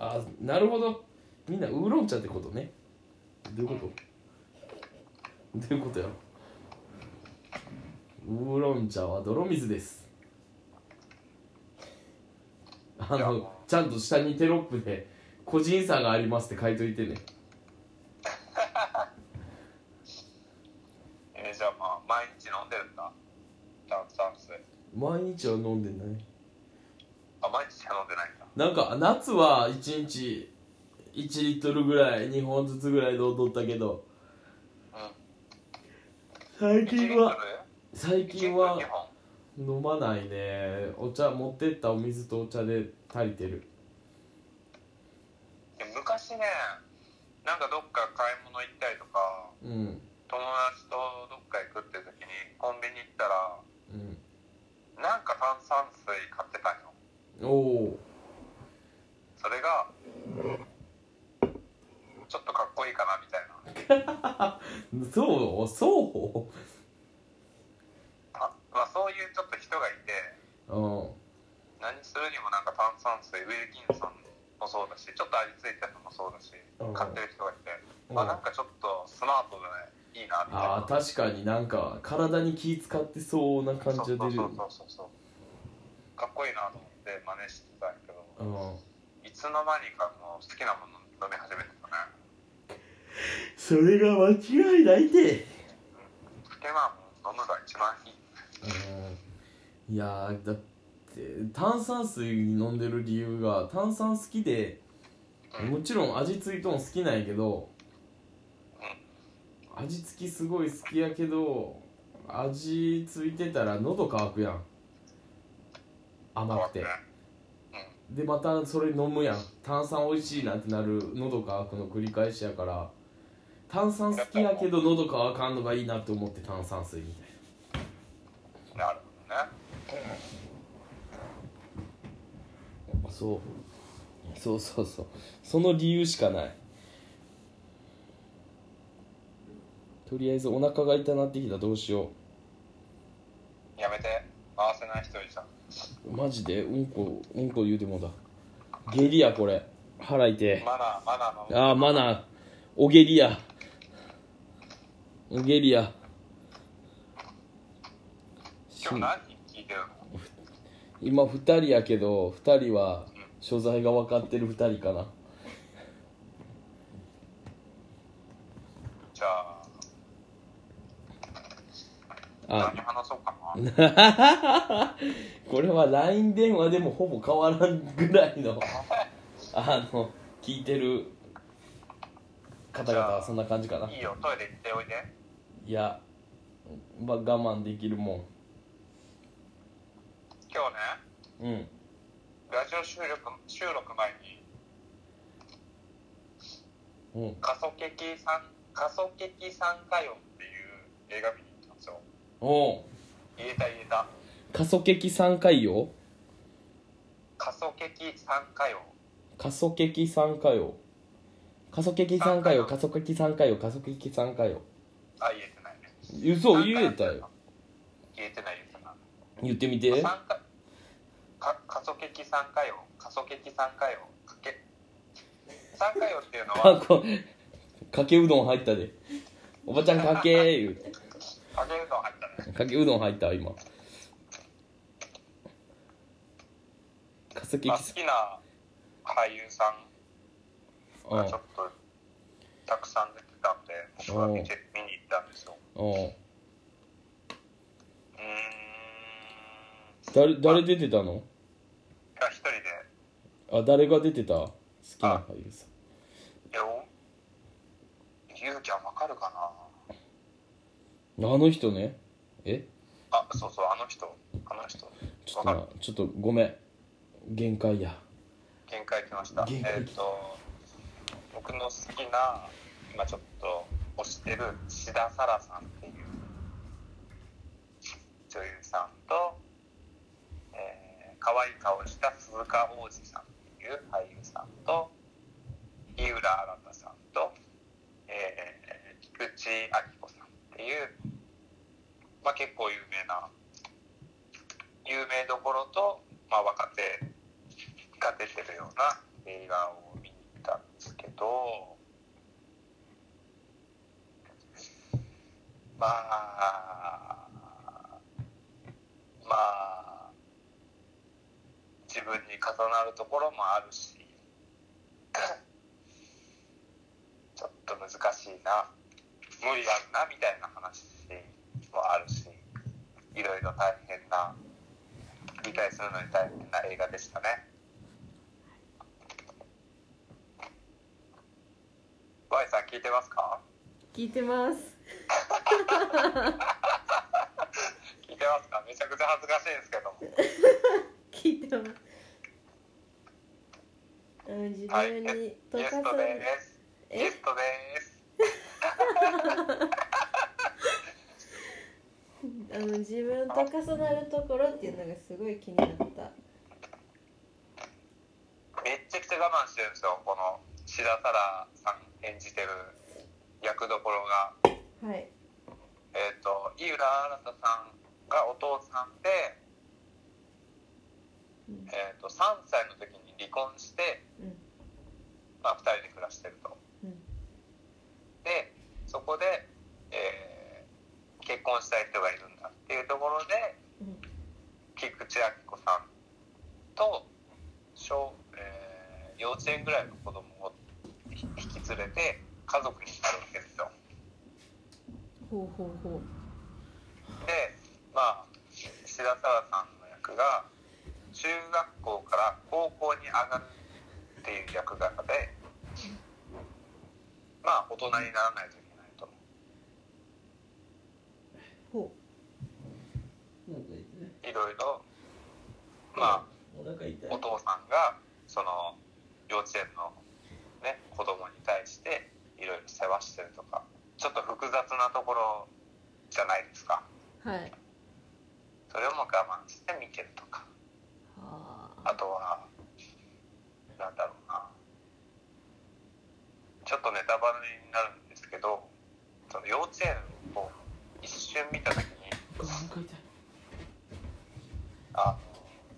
S1: あなるほどみんなウーロン茶ってことねどういうことどういうことやろウーロン茶は泥水ですあ
S2: いやも
S1: のちゃんと下にテロップで「個人差があります」って書いといてね
S2: えーじゃあまあ毎日飲んでるんだ炭酸水
S1: 毎日は飲んでない
S2: あ毎日しか飲んでないんだ
S1: なんか夏は1日1リットルぐらい2本ずつぐらいで踊ったけど
S2: うん
S1: 最
S2: 1リッ
S1: 近
S2: ト
S1: は
S2: ル
S1: 最
S2: 1リッ
S1: 近
S2: ト
S1: は
S2: ル2本
S1: 飲まないねお茶持ってったお水とお茶で足りてる
S2: で昔ねなんかどっか買い物行ったりとか
S1: うん
S2: 友達とどっか行くって時にコンビニ行ったら
S1: うん
S2: なんか炭酸水買ってたんよ
S1: おお
S2: それがちょっとかっこいいかなみたいな
S1: ーそうそ
S2: たまあ、そういうちょっと人がいて
S1: ううん
S2: 何するにもなんか炭酸水ウィルキンソンもそうだしちょっと味付いたのもそうだし
S1: うん
S2: 買ってる人がいて、
S1: うん
S2: あなんかちょっとスマートでねいいなみたい
S1: あ
S2: な
S1: ー確かになんか体に気使ってそうな感じは出るよね
S2: そうそうそうそうそうかっこいいなと思って真似してたんやけど
S1: うん
S2: いつの間にかもう好きなもの飲み始めてたね
S1: それが間違いないで
S2: でまあもう飲むのが一番いい
S1: うんいやーだって炭酸水飲んでる理由が炭酸好きで
S2: うん
S1: もちろん味付いとも好きなんやけど味付きすごい好きやけど味付いてたら喉乾くやん甘くてでまたそれ飲むやん炭酸美味しいなってなる喉乾くの繰り返しやから炭酸好きやけど喉乾かんのがいいなって思って炭酸水みたいな
S2: なるほどね
S1: そう そうそうそうその理由しかないとりあえずお腹が痛なってきたどうしよ
S2: やめて回せない人いるじゃん
S1: うマジでうんこうんこ言うてもうた下痢やこれ腹痛え
S2: マナーマナーの
S1: ああマナーお下痢やお下痢やし
S2: 今日何聞いてるの
S1: 今2人やけど2人は所在が分かってる2人かな
S2: じゃあ
S1: あ
S2: 何話そうか な
S1: これは LINE 電話でもほぼ変わらんぐらいのあの聞いてる方々はそんな感じかない
S2: いよトイレ行っておいで
S1: いや、ま、我慢できるも
S2: 今日ね
S1: んうん
S2: ラジオ収録収録前に
S1: うん
S2: 過疎劇三過疎劇三歌謡っていう映画見に行ったんですよ
S1: おう
S2: 入れた入れた
S1: 過疎劇3回よ
S2: 過疎劇三歌謡
S1: 過疎劇3回よ過疎劇3回よ過疎劇3回よ過疎劇3回よ
S2: あ言えてないね
S1: 嘘言えたよ
S2: 言えてない言えてない
S1: 言ってみて
S2: 参加か過疎劇参加用過疎劇参加用かけ参加用っていうの
S1: か
S2: は
S1: っこかけうどん入ったでおばちゃんかけー言うて
S2: かけうどん入ったね
S1: かけうどん入ったわ今過疎劇
S2: まあ好きな俳優さんがちょっとたくさん出てたんで僕は見て見に行ったんですよ
S1: うんうん
S2: うーん
S1: 誰誰出てたの
S2: が一人で
S1: あ誰が出てた好きな俳優さん
S2: いやおゆうちゃんわかるかな
S1: あの人ねえ
S2: あそうそうあの人あの人
S1: ちょっと
S2: わか
S1: な
S2: る
S1: ちょっとごめん限界や
S2: 限界来ました。
S1: 限界
S2: えっ、と僕の好きな今ちょっと推してる志田沙羅さんっていう女優さんと、えー、可愛い顔した鈴鹿央士さんっていう俳優さんと井浦新さんと、えー、菊池亜希子さんっていう、まあ、結構有名な有名どころと、まあ、若手が出てるような映画を見に行ったんですけどまあまあ自分に重なるところもあるし ちょっと難しいな無理があるなみたいな話もあるしいろいろ大変な理解するのに大変な映画でしたね。Y さん聞いてますか
S3: 聞いてま
S2: 聞
S3: す
S2: いてますかめちゃくちゃ恥ずかしいですけども
S3: 聞いてますうん自
S2: はい
S3: 分に
S2: ゲ
S3: 溶か
S2: ス
S3: さ
S2: ト
S3: れ
S2: で
S3: る
S2: すゲ
S3: え
S2: ストです
S3: あの自分と重なるところっていうのがすごい気になった
S2: めっちゃくちゃ我慢してるんですよこの志田沙羅さん演じてる役どころが
S3: はい
S2: えっ、と井浦新さんがお父さんで、
S3: うん
S2: えー、と3歳の時に離婚して、
S3: うん
S2: まあ、2人で暮らしてると
S3: うん
S2: でそこで、えー結婚したい人がいるんだっていうところで
S3: うん
S2: 菊池亜希子さんと小、えー幼稚園ぐらいの子供をひ引き連れて家族になるわけですよ
S3: ほうほうほ
S2: でまあ志田沙羅さんの役が中学校から高校に上がるっていう役柄でまあ大人にならないといけないと
S3: うほ
S2: いろいろまあ
S1: お腹痛い
S2: お父さんがその幼稚園の、ね、子供に対していろいろ世話してるとかちょっと複雑なところじゃないですか
S3: うはい
S2: それも我慢して見てるとか
S3: は
S2: あとはなんだろうなちょっとネタバレになるんですけどその幼稚園を一瞬見た時に
S1: お腹痛い
S2: あ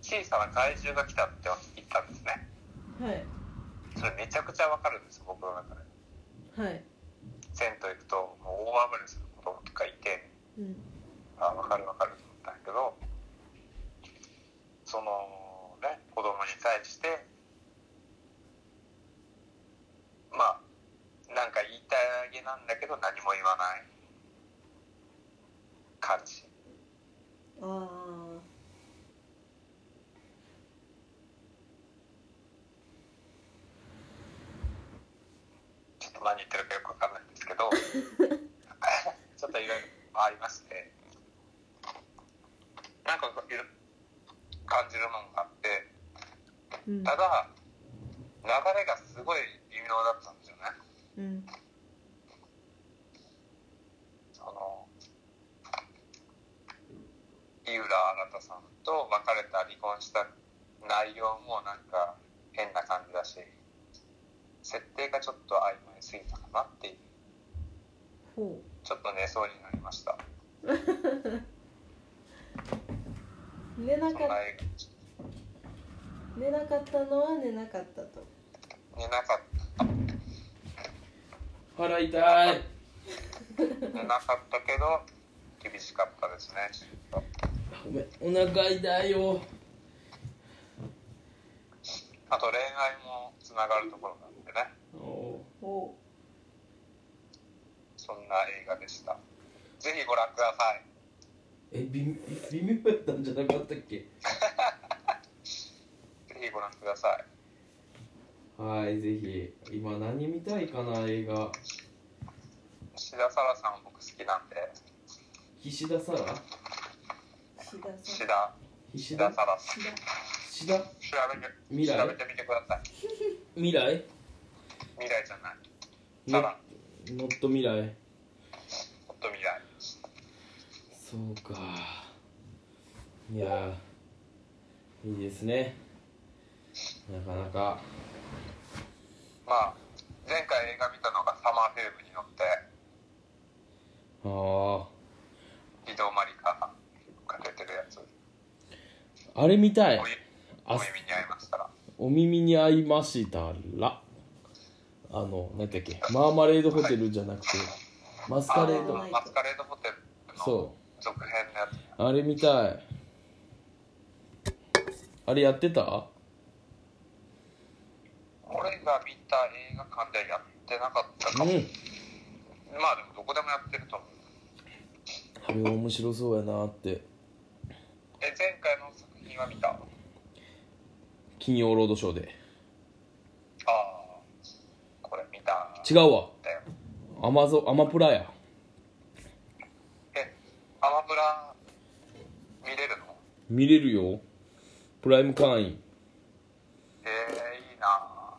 S2: 小さな怪獣が来たって言ったんですね
S3: はい
S2: それめちゃくちゃわかるんです僕の中で。
S3: はい
S2: 銭湯行くともう大暴れする子供とかいて
S3: うん
S2: あ分かる分かると思ったんだけどそのね子供に対してまあなんか言いたいげなんだけど何も言わない感じ
S3: あ
S2: ちょっと何言ってるかよく分かんないんです けどちょっといろいろありましてなんかいろ感じるものがあって。
S3: ーうん
S2: ただ流れがすごい微妙だったんですよね
S3: ううん
S2: その井浦新さんと別れた離婚した内容もなんか変な感じだし設定がちょっと曖昧すぎたかなっていう
S3: ほ
S2: ちょっと寝そうになりました
S3: う寝な
S2: そん
S3: かっ
S2: な映
S3: 寝なかったのは寝なかったと
S2: 画寝なかっ
S1: 腹痛い
S2: た寝なかったけど厳しかったですねちょっと
S1: ごめんお腹痛いよ
S2: あと恋愛もつながるところなんでね
S1: おー
S3: ほ
S2: そんな映画でしたぜひご覧ください
S1: え微微妙だったんじゃなかったっけ
S2: ぜひご覧ください
S1: はいぜひ今何見たいかな映画
S2: 志田沙羅さん僕好きなんで
S1: 岸田沙羅
S3: う志田さ
S2: 志
S3: ん
S2: 田
S1: 岸
S2: 志田
S1: 田
S2: 沙羅さん
S3: 志田
S1: 岸田
S2: 調べて
S1: 未来
S2: 調べてみてください
S1: 未来
S2: 未来じゃない
S1: ね
S2: 沙羅
S1: ノット未来
S2: ほっと未来
S1: そうかいやーいいですねなかなか
S2: まあ前回映画見たのがサマーフィルムに乗って
S1: ああ
S2: 移動マリカが出てるやつ
S1: あれみたい
S2: おいお
S1: あ
S2: 耳に合いましたら
S1: お耳に合いましたらあの何だっけマーマレードホテルじゃなくてマスカレー
S2: あ
S1: ド
S2: ーマスカレードホテルの
S1: そ
S2: 続編のやつ
S1: うあれみたいあれやってた
S2: 俺が見た映画館でやってなかったか
S1: う
S2: も、
S1: ん
S2: まあでもどこでもやってると思う
S1: あれは面白そうやなって
S2: え前回の作品は見たあ
S1: 金曜ロードショーで
S2: あこれ見た
S1: 違うわ
S2: だよ
S1: アマゾアマプラや
S2: えアマプラ見れるの
S1: 見れるよプライム会員
S2: えー、いいな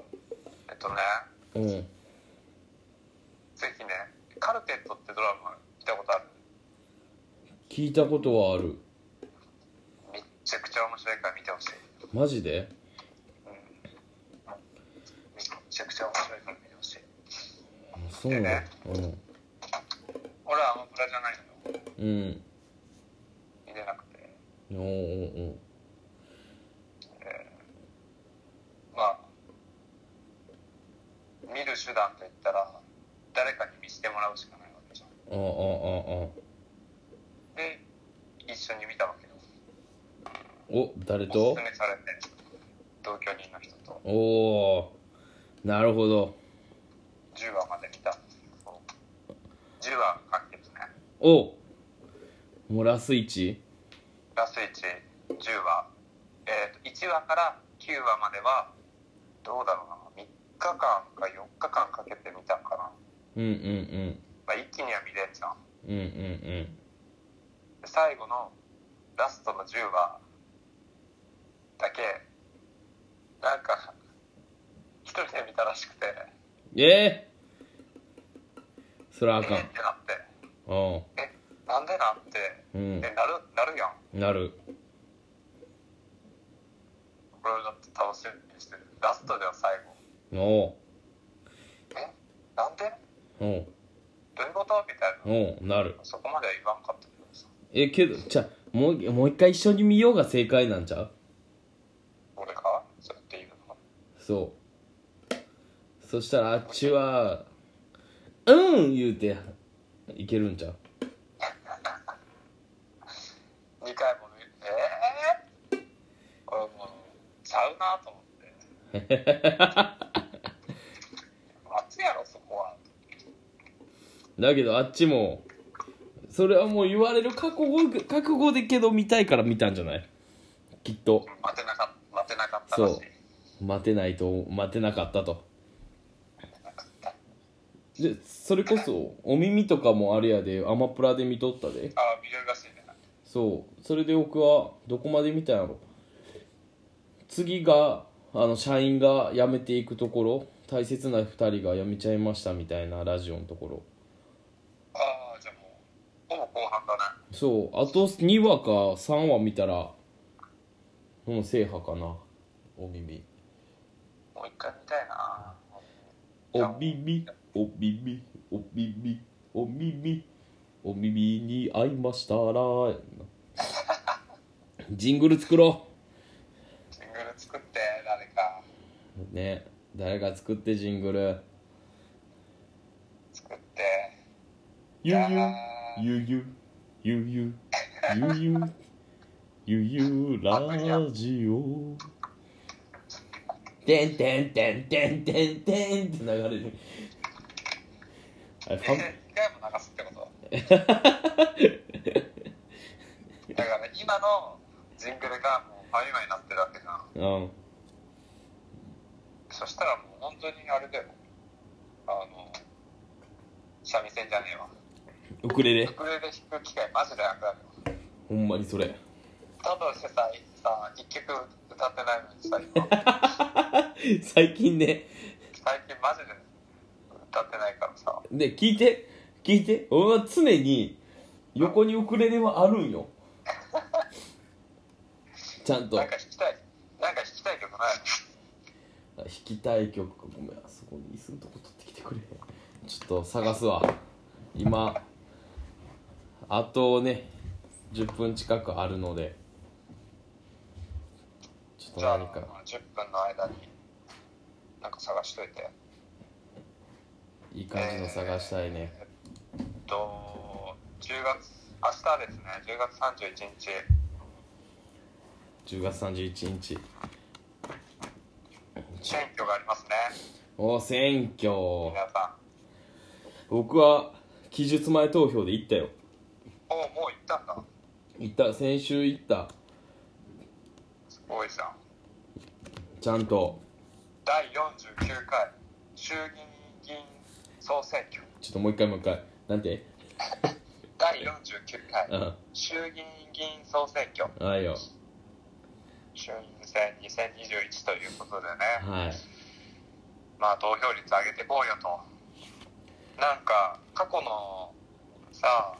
S2: えっとね
S1: うん
S2: ぜひねカルテットってドラマ見たことある
S1: 聞いたことはある
S2: めっちゃくちゃ面白いから見てほしい
S1: マジで
S2: めちゃくちゃ面白いから見てほしい
S1: あそうなんだう
S2: 俺はアマプラじゃないの
S1: ん
S2: よ
S1: うん
S2: 見れなくて
S1: おーおーおー
S2: まあ見る手段といったら誰かに見せてもらうしかないわけじゃん
S1: あああああ
S2: で一緒に見たわけよ
S1: お誰
S2: お
S1: と
S2: すすめされて同居人の人と
S1: おおーなるほど
S2: 10話まで見たんですけど10話完結ね
S1: おもうラス1
S2: ラス110話えー、と1話から9話まではどうだろうな3日間か4日間かけて見たんか
S1: う
S2: な、
S1: んうんうん
S2: まあ、一気には見れんじゃん
S1: うんうん
S2: で最後のラストの10話だけなんか一人で見たらしくて
S1: うんえー、そら
S2: え
S1: あ
S2: ー、っ
S1: かん
S2: てなって
S1: う
S2: えなんでなって
S1: ん
S2: えなるなるやん
S1: うんなる
S2: これだって楽しみにしてるラストでは最後
S1: おう
S2: えなんで
S1: おう
S2: どういうことみたいな
S1: おうなる
S2: そこまでは言わんかったけどさ
S1: えけどじゃあもうもう一回一緒に見ようが正解なんちゃう
S2: 俺がそうやって言うの
S1: そうそしたらあっちは「うん!」言うていけるんちゃう
S2: 2回も見ええー、俺もうちゃうなと思って 待つやろそこは
S1: だけどあっちもそれはもう言われる覚悟覚悟でけど見たいから見たんじゃないきっと
S2: 待てなかった待てなかったらしい
S1: そう待てないと待てなかったとでそれこそお耳とかもあれやでアマプラで見とったで
S2: ああ見れるらしいね
S1: そうそれで僕はどこまで見たんやろ次があの社員が辞めていくところ大切な2人が辞めちゃいましたみたいなラジオのところ
S2: ああじゃあもうほぼ後半だね
S1: そうあと2話か3話見たらもう制覇かなお耳
S2: もう一回見たいな
S1: お耳お耳お耳お耳お耳に合いましたらやんなジングル作ろ
S2: ジングル作って誰か
S1: うね誰が作ってジングル
S2: 作って
S1: ゆうゆうゆうゆうゆうゆうゆうゆうラジオてんてんてんてんてんてんって流れるあれファン
S2: で一回も流すってこと だから今のジングルがもうファミマになってるわけじゃん
S1: うん
S2: そしたらもう本当にあれだよあの三味線じゃねえわ
S1: ウクレレ
S2: ウクレレ弾く機会マジでなくなるよ
S1: ほんまにそれ
S2: ただしてささ一曲歌ってないのにさ 今
S1: 最近ね
S2: 最近マジで歌ってないからさ
S1: で聞いて聞いて俺は常に横にウクレレはあるんよちゃんと
S2: なんか弾きたいなんか弾きたい曲ないの
S1: 弾きたい曲ごめんあそこに椅子のとこ取ってきてくれちょっと探すわ今あとね10分近くあるのでちょっと
S2: じゃあ
S1: 何か
S2: 10分の間になんか探しといて
S1: いい感じの探したいね
S2: えっと10月明日ですね10月31日
S1: 10月31日
S2: 選挙がありますね
S1: お選挙
S2: 皆さん
S1: 僕は期日前投票で行ったよ
S2: おおもう行ったんだ
S1: 行った先週行った
S2: すごいじゃん
S1: ちゃんと
S2: 第49回衆議院総選挙
S1: ちょっともう一回もう一回なんて
S2: 第49回
S1: うん
S2: 衆議院議員総選挙
S1: あいよ
S2: 衆院選2021ということでね
S1: はい
S2: まあ投票率上げてこうよとなんか過去のさ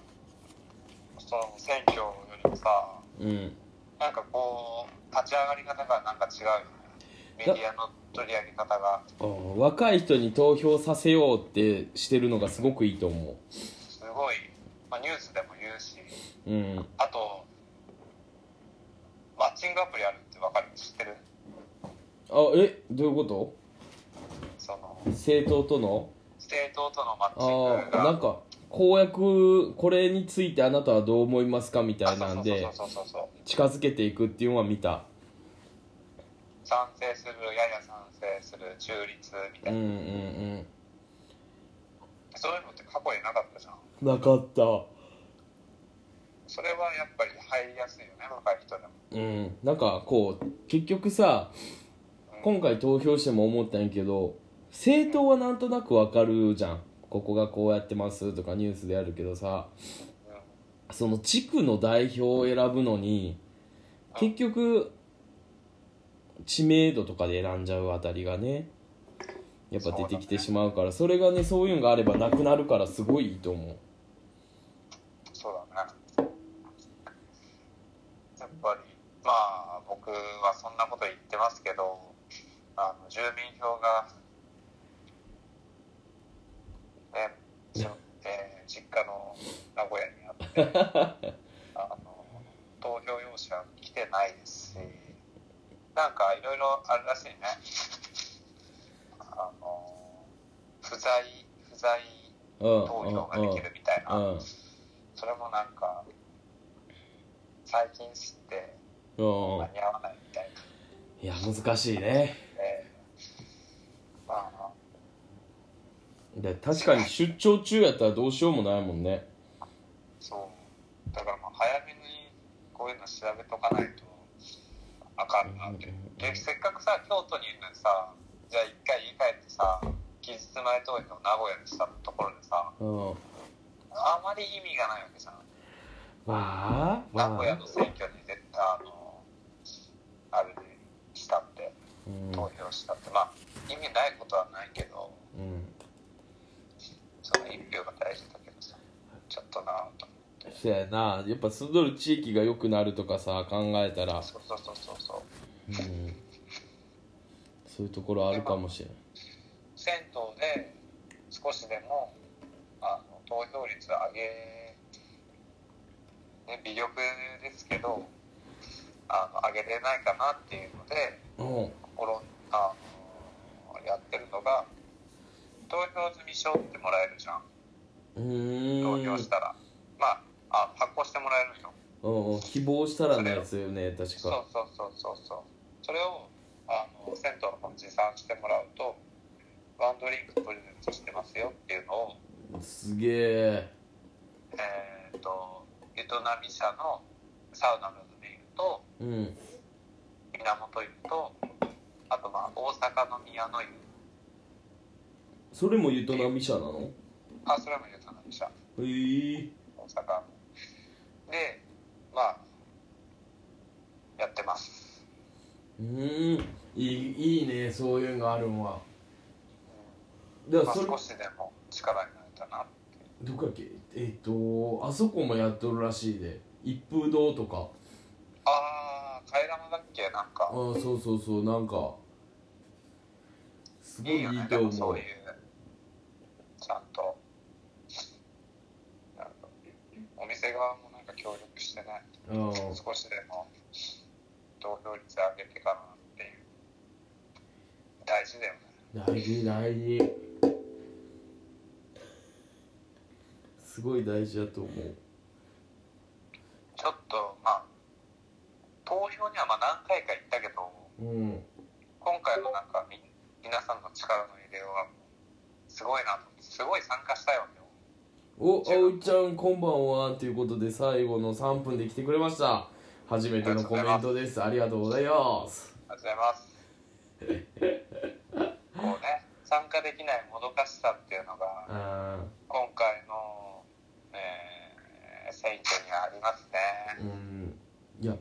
S2: その選挙よりもさ
S1: うん
S2: なんかこう立ち上がり方がなんか違うよねメディアの取り上げ方が
S1: うん若い人に投票させようってしてるのがすごくいいと思
S2: すごい、まあ、ニュースでも言うし
S1: ううん
S2: あとマッチングアプリあるって分かる知ってる
S1: あえどういうこ
S2: その
S1: と政党との
S2: 政党とのマッチン
S1: あ
S2: グ
S1: あ
S2: が
S1: なんか公約これについてあなたはどう思いますかみたいなんで
S2: あそうそうそうそうそうそう
S1: 近づけていくっていうのは見た
S2: 賛成するやや賛成する中立みた
S1: う
S2: い
S1: ん
S2: な、
S1: うん
S2: そういうのって過去になかったじゃん
S1: うんなかった
S2: それはやっぱり入りやすいよね若い人でも
S1: うんなんかこう結局さ今回投票しても思ったんやけど政党はなんとなくわかるじゃんここがこうやってますとかニュースであるけどさ
S2: うん
S1: その地区の代表を選ぶのに結局知名度とかで選んじゃうあたりがねやっぱ出てきてしまうからそれがねそういうのがあればなくなるからすごいいいと思う
S2: そうだねやっぱりまあ僕はそんなこと言ってますけどあの住民票がねちょえー実家の名古屋にあって あの投票用紙は来てないですしなんかいろいろあるらしいねあの不在不在
S1: うん
S2: 投票ができるみたいな。
S1: うん
S2: それもなんか最近知って
S1: うんう
S2: 間
S1: ん
S2: に合わないみたいな
S1: い
S2: ん
S1: や難しいね
S2: で、まあ
S1: で確かに出張中やったらどうしようもないもんね
S2: そうだからまあ早めにこういうの調べとかないとあかんなってでせっかくさ京都にいるのにさじゃあ一回家帰ってさ期日前投票名古屋にしたところでさ
S1: うん
S2: あまり意味がないわけじゃん
S1: まあ
S2: 名古屋
S1: ま
S2: の選挙に出たあのあれでしたって
S1: あうん
S2: 投票したって、まあ意味ないことはないけど
S1: うん
S2: その一票が大事だけどさちょっとなぁと思
S1: そやなやっぱ住んどる地域が良くなるとかさ考えたら
S2: って、そうそうそうそうそう
S1: うん、そういうところあるかもしれん
S2: 銭湯で少しでもあの投票率上げ、ね、微力ですけどあの上げれないかなっていうので
S1: うん
S2: 心あのやってるのが投票済み証ってもらえるじゃん
S1: うーん
S2: 投票したら、まああ発行してもらえるよ
S1: うんうん希望したらのやつよね確
S2: そう
S1: か
S2: そうそうそうそうそれをあの銭湯の方に持参してもらうとワンドリンクプレゼントしてますよっていうのを
S1: すげえ
S2: えー、とベトナミ社のサウナのズミルと
S1: うん
S2: 源湯とあとまあ大阪の宮の湯
S1: それもゆとなみ社なの
S2: あそれもベトナミ社
S1: へえ
S2: 大阪でまあやってます
S1: うんいいいいねそういうのあるんはだから
S2: まあ、
S1: それ
S2: 少しでも力になれたな
S1: どこやっけえっ、とあそこもやっとるらしいで一風堂とか
S2: ああ替え玉だっけなん
S1: あ
S2: か
S1: あそうそうそうなんかすご
S2: いい
S1: いい
S2: よね
S1: い
S2: で
S1: と
S2: も
S1: 思
S2: そうういうちゃんとなんかお店側もなんか協力してね
S1: うん
S2: 少しでも投票率上げてかなっていう大事だよね
S1: 大事大事すごい大事だと思う
S2: ちょっとまあ投票にはまあ何回か行ったけど
S1: うん
S2: 今回のなんかみ皆さんの力の入れようはすごいなと思ってすごい参加したよね
S1: お葵ちゃんこんばんはということで最後の3分で来てくれました初めてのコメントですありがとうございます
S2: ありがとうございますこうね参加できないもどかしさっていうのが
S1: あ
S2: 今回の、えー、選挙にはあります
S1: ー
S2: ね
S1: うんいや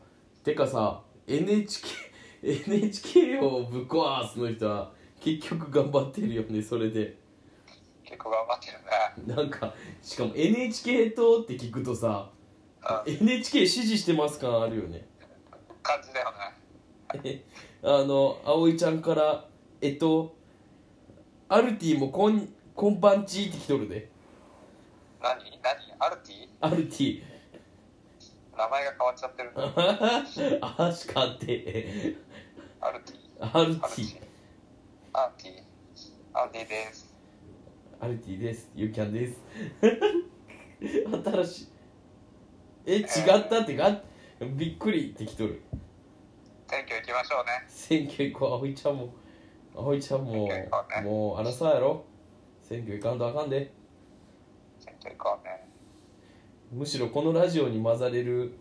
S1: てかさ NHK NHK をぶっ壊すの人は結局頑張ってるよねそれで
S2: 結構頑張ってるね
S1: なんかしかも NHK 党って聞くとさ
S2: うん
S1: NHK 支持してます感あるよね
S2: 感じだよね
S1: あの葵ちゃんからえっとアルティもこんこんばんちって来とるで
S2: 何何アルティ
S1: アルティ
S2: 名前が変わっちゃってる
S1: あしかって
S2: アルティ
S1: アルティ
S2: アルティアルティアルティです
S1: アルティですユーキャンです 新しいえ違ったってかびっくりってきとる
S2: 選挙行きましょうね
S1: 選挙行こう葵ちゃんも葵ちゃんも
S2: 選挙行こうね
S1: もうあらさやろ選挙行かんとあかんで
S2: 選挙行こうね
S1: むしろこのラジオに混ざれる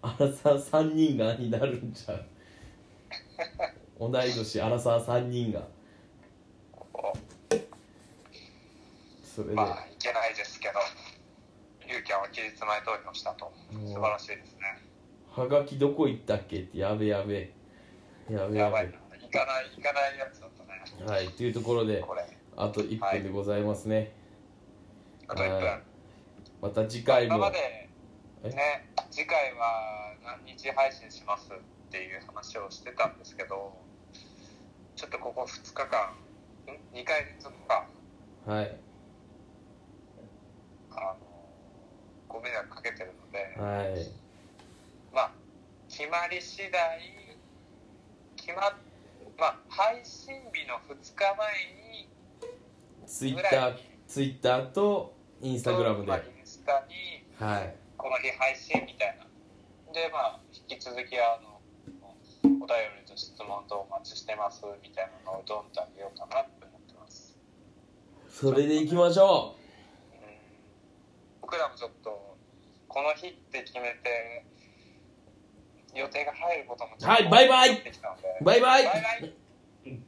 S1: アラサー3人がになるんちゃう同い年アラサー3人が
S2: ここ
S1: それで、
S2: まあいけないですけどユーキャンは期日前投票したと
S1: うん
S2: 素晴らしいですね
S1: はがきどこ行ったっけってやべやべやべ
S2: や
S1: や
S2: ばい
S1: べ
S2: な行かない行かないやつだったね
S1: はいっていうところで
S2: これ
S1: あと1分でございますね、
S2: あと1
S1: はい
S2: 分
S1: また次回
S2: 今
S1: も
S2: までね次回は何日配信しますっていう話をしてたんですけどちょっとここ2日間ん2回連続か
S1: はい
S2: あのご迷惑かけてるので、
S1: はい
S2: まあ決まり次第決まっまあ配信日の2日前に
S1: ツイッ
S2: ぐ
S1: タ
S2: ら
S1: ー
S2: い
S1: ツイッターとインスタグラムで
S2: まあ
S1: は
S2: インスタに
S1: い
S2: この日配信みたいなでまあ引き続きあのお便りと質問とお待ちしてますみたいなのをどんどんあげようかなって思ってます
S1: それでいきましょ
S2: うん僕らもちょっとこの日って決めて予定が入ることも
S1: はいバイバイ
S2: できたので
S1: うバイバイ
S2: バイバイ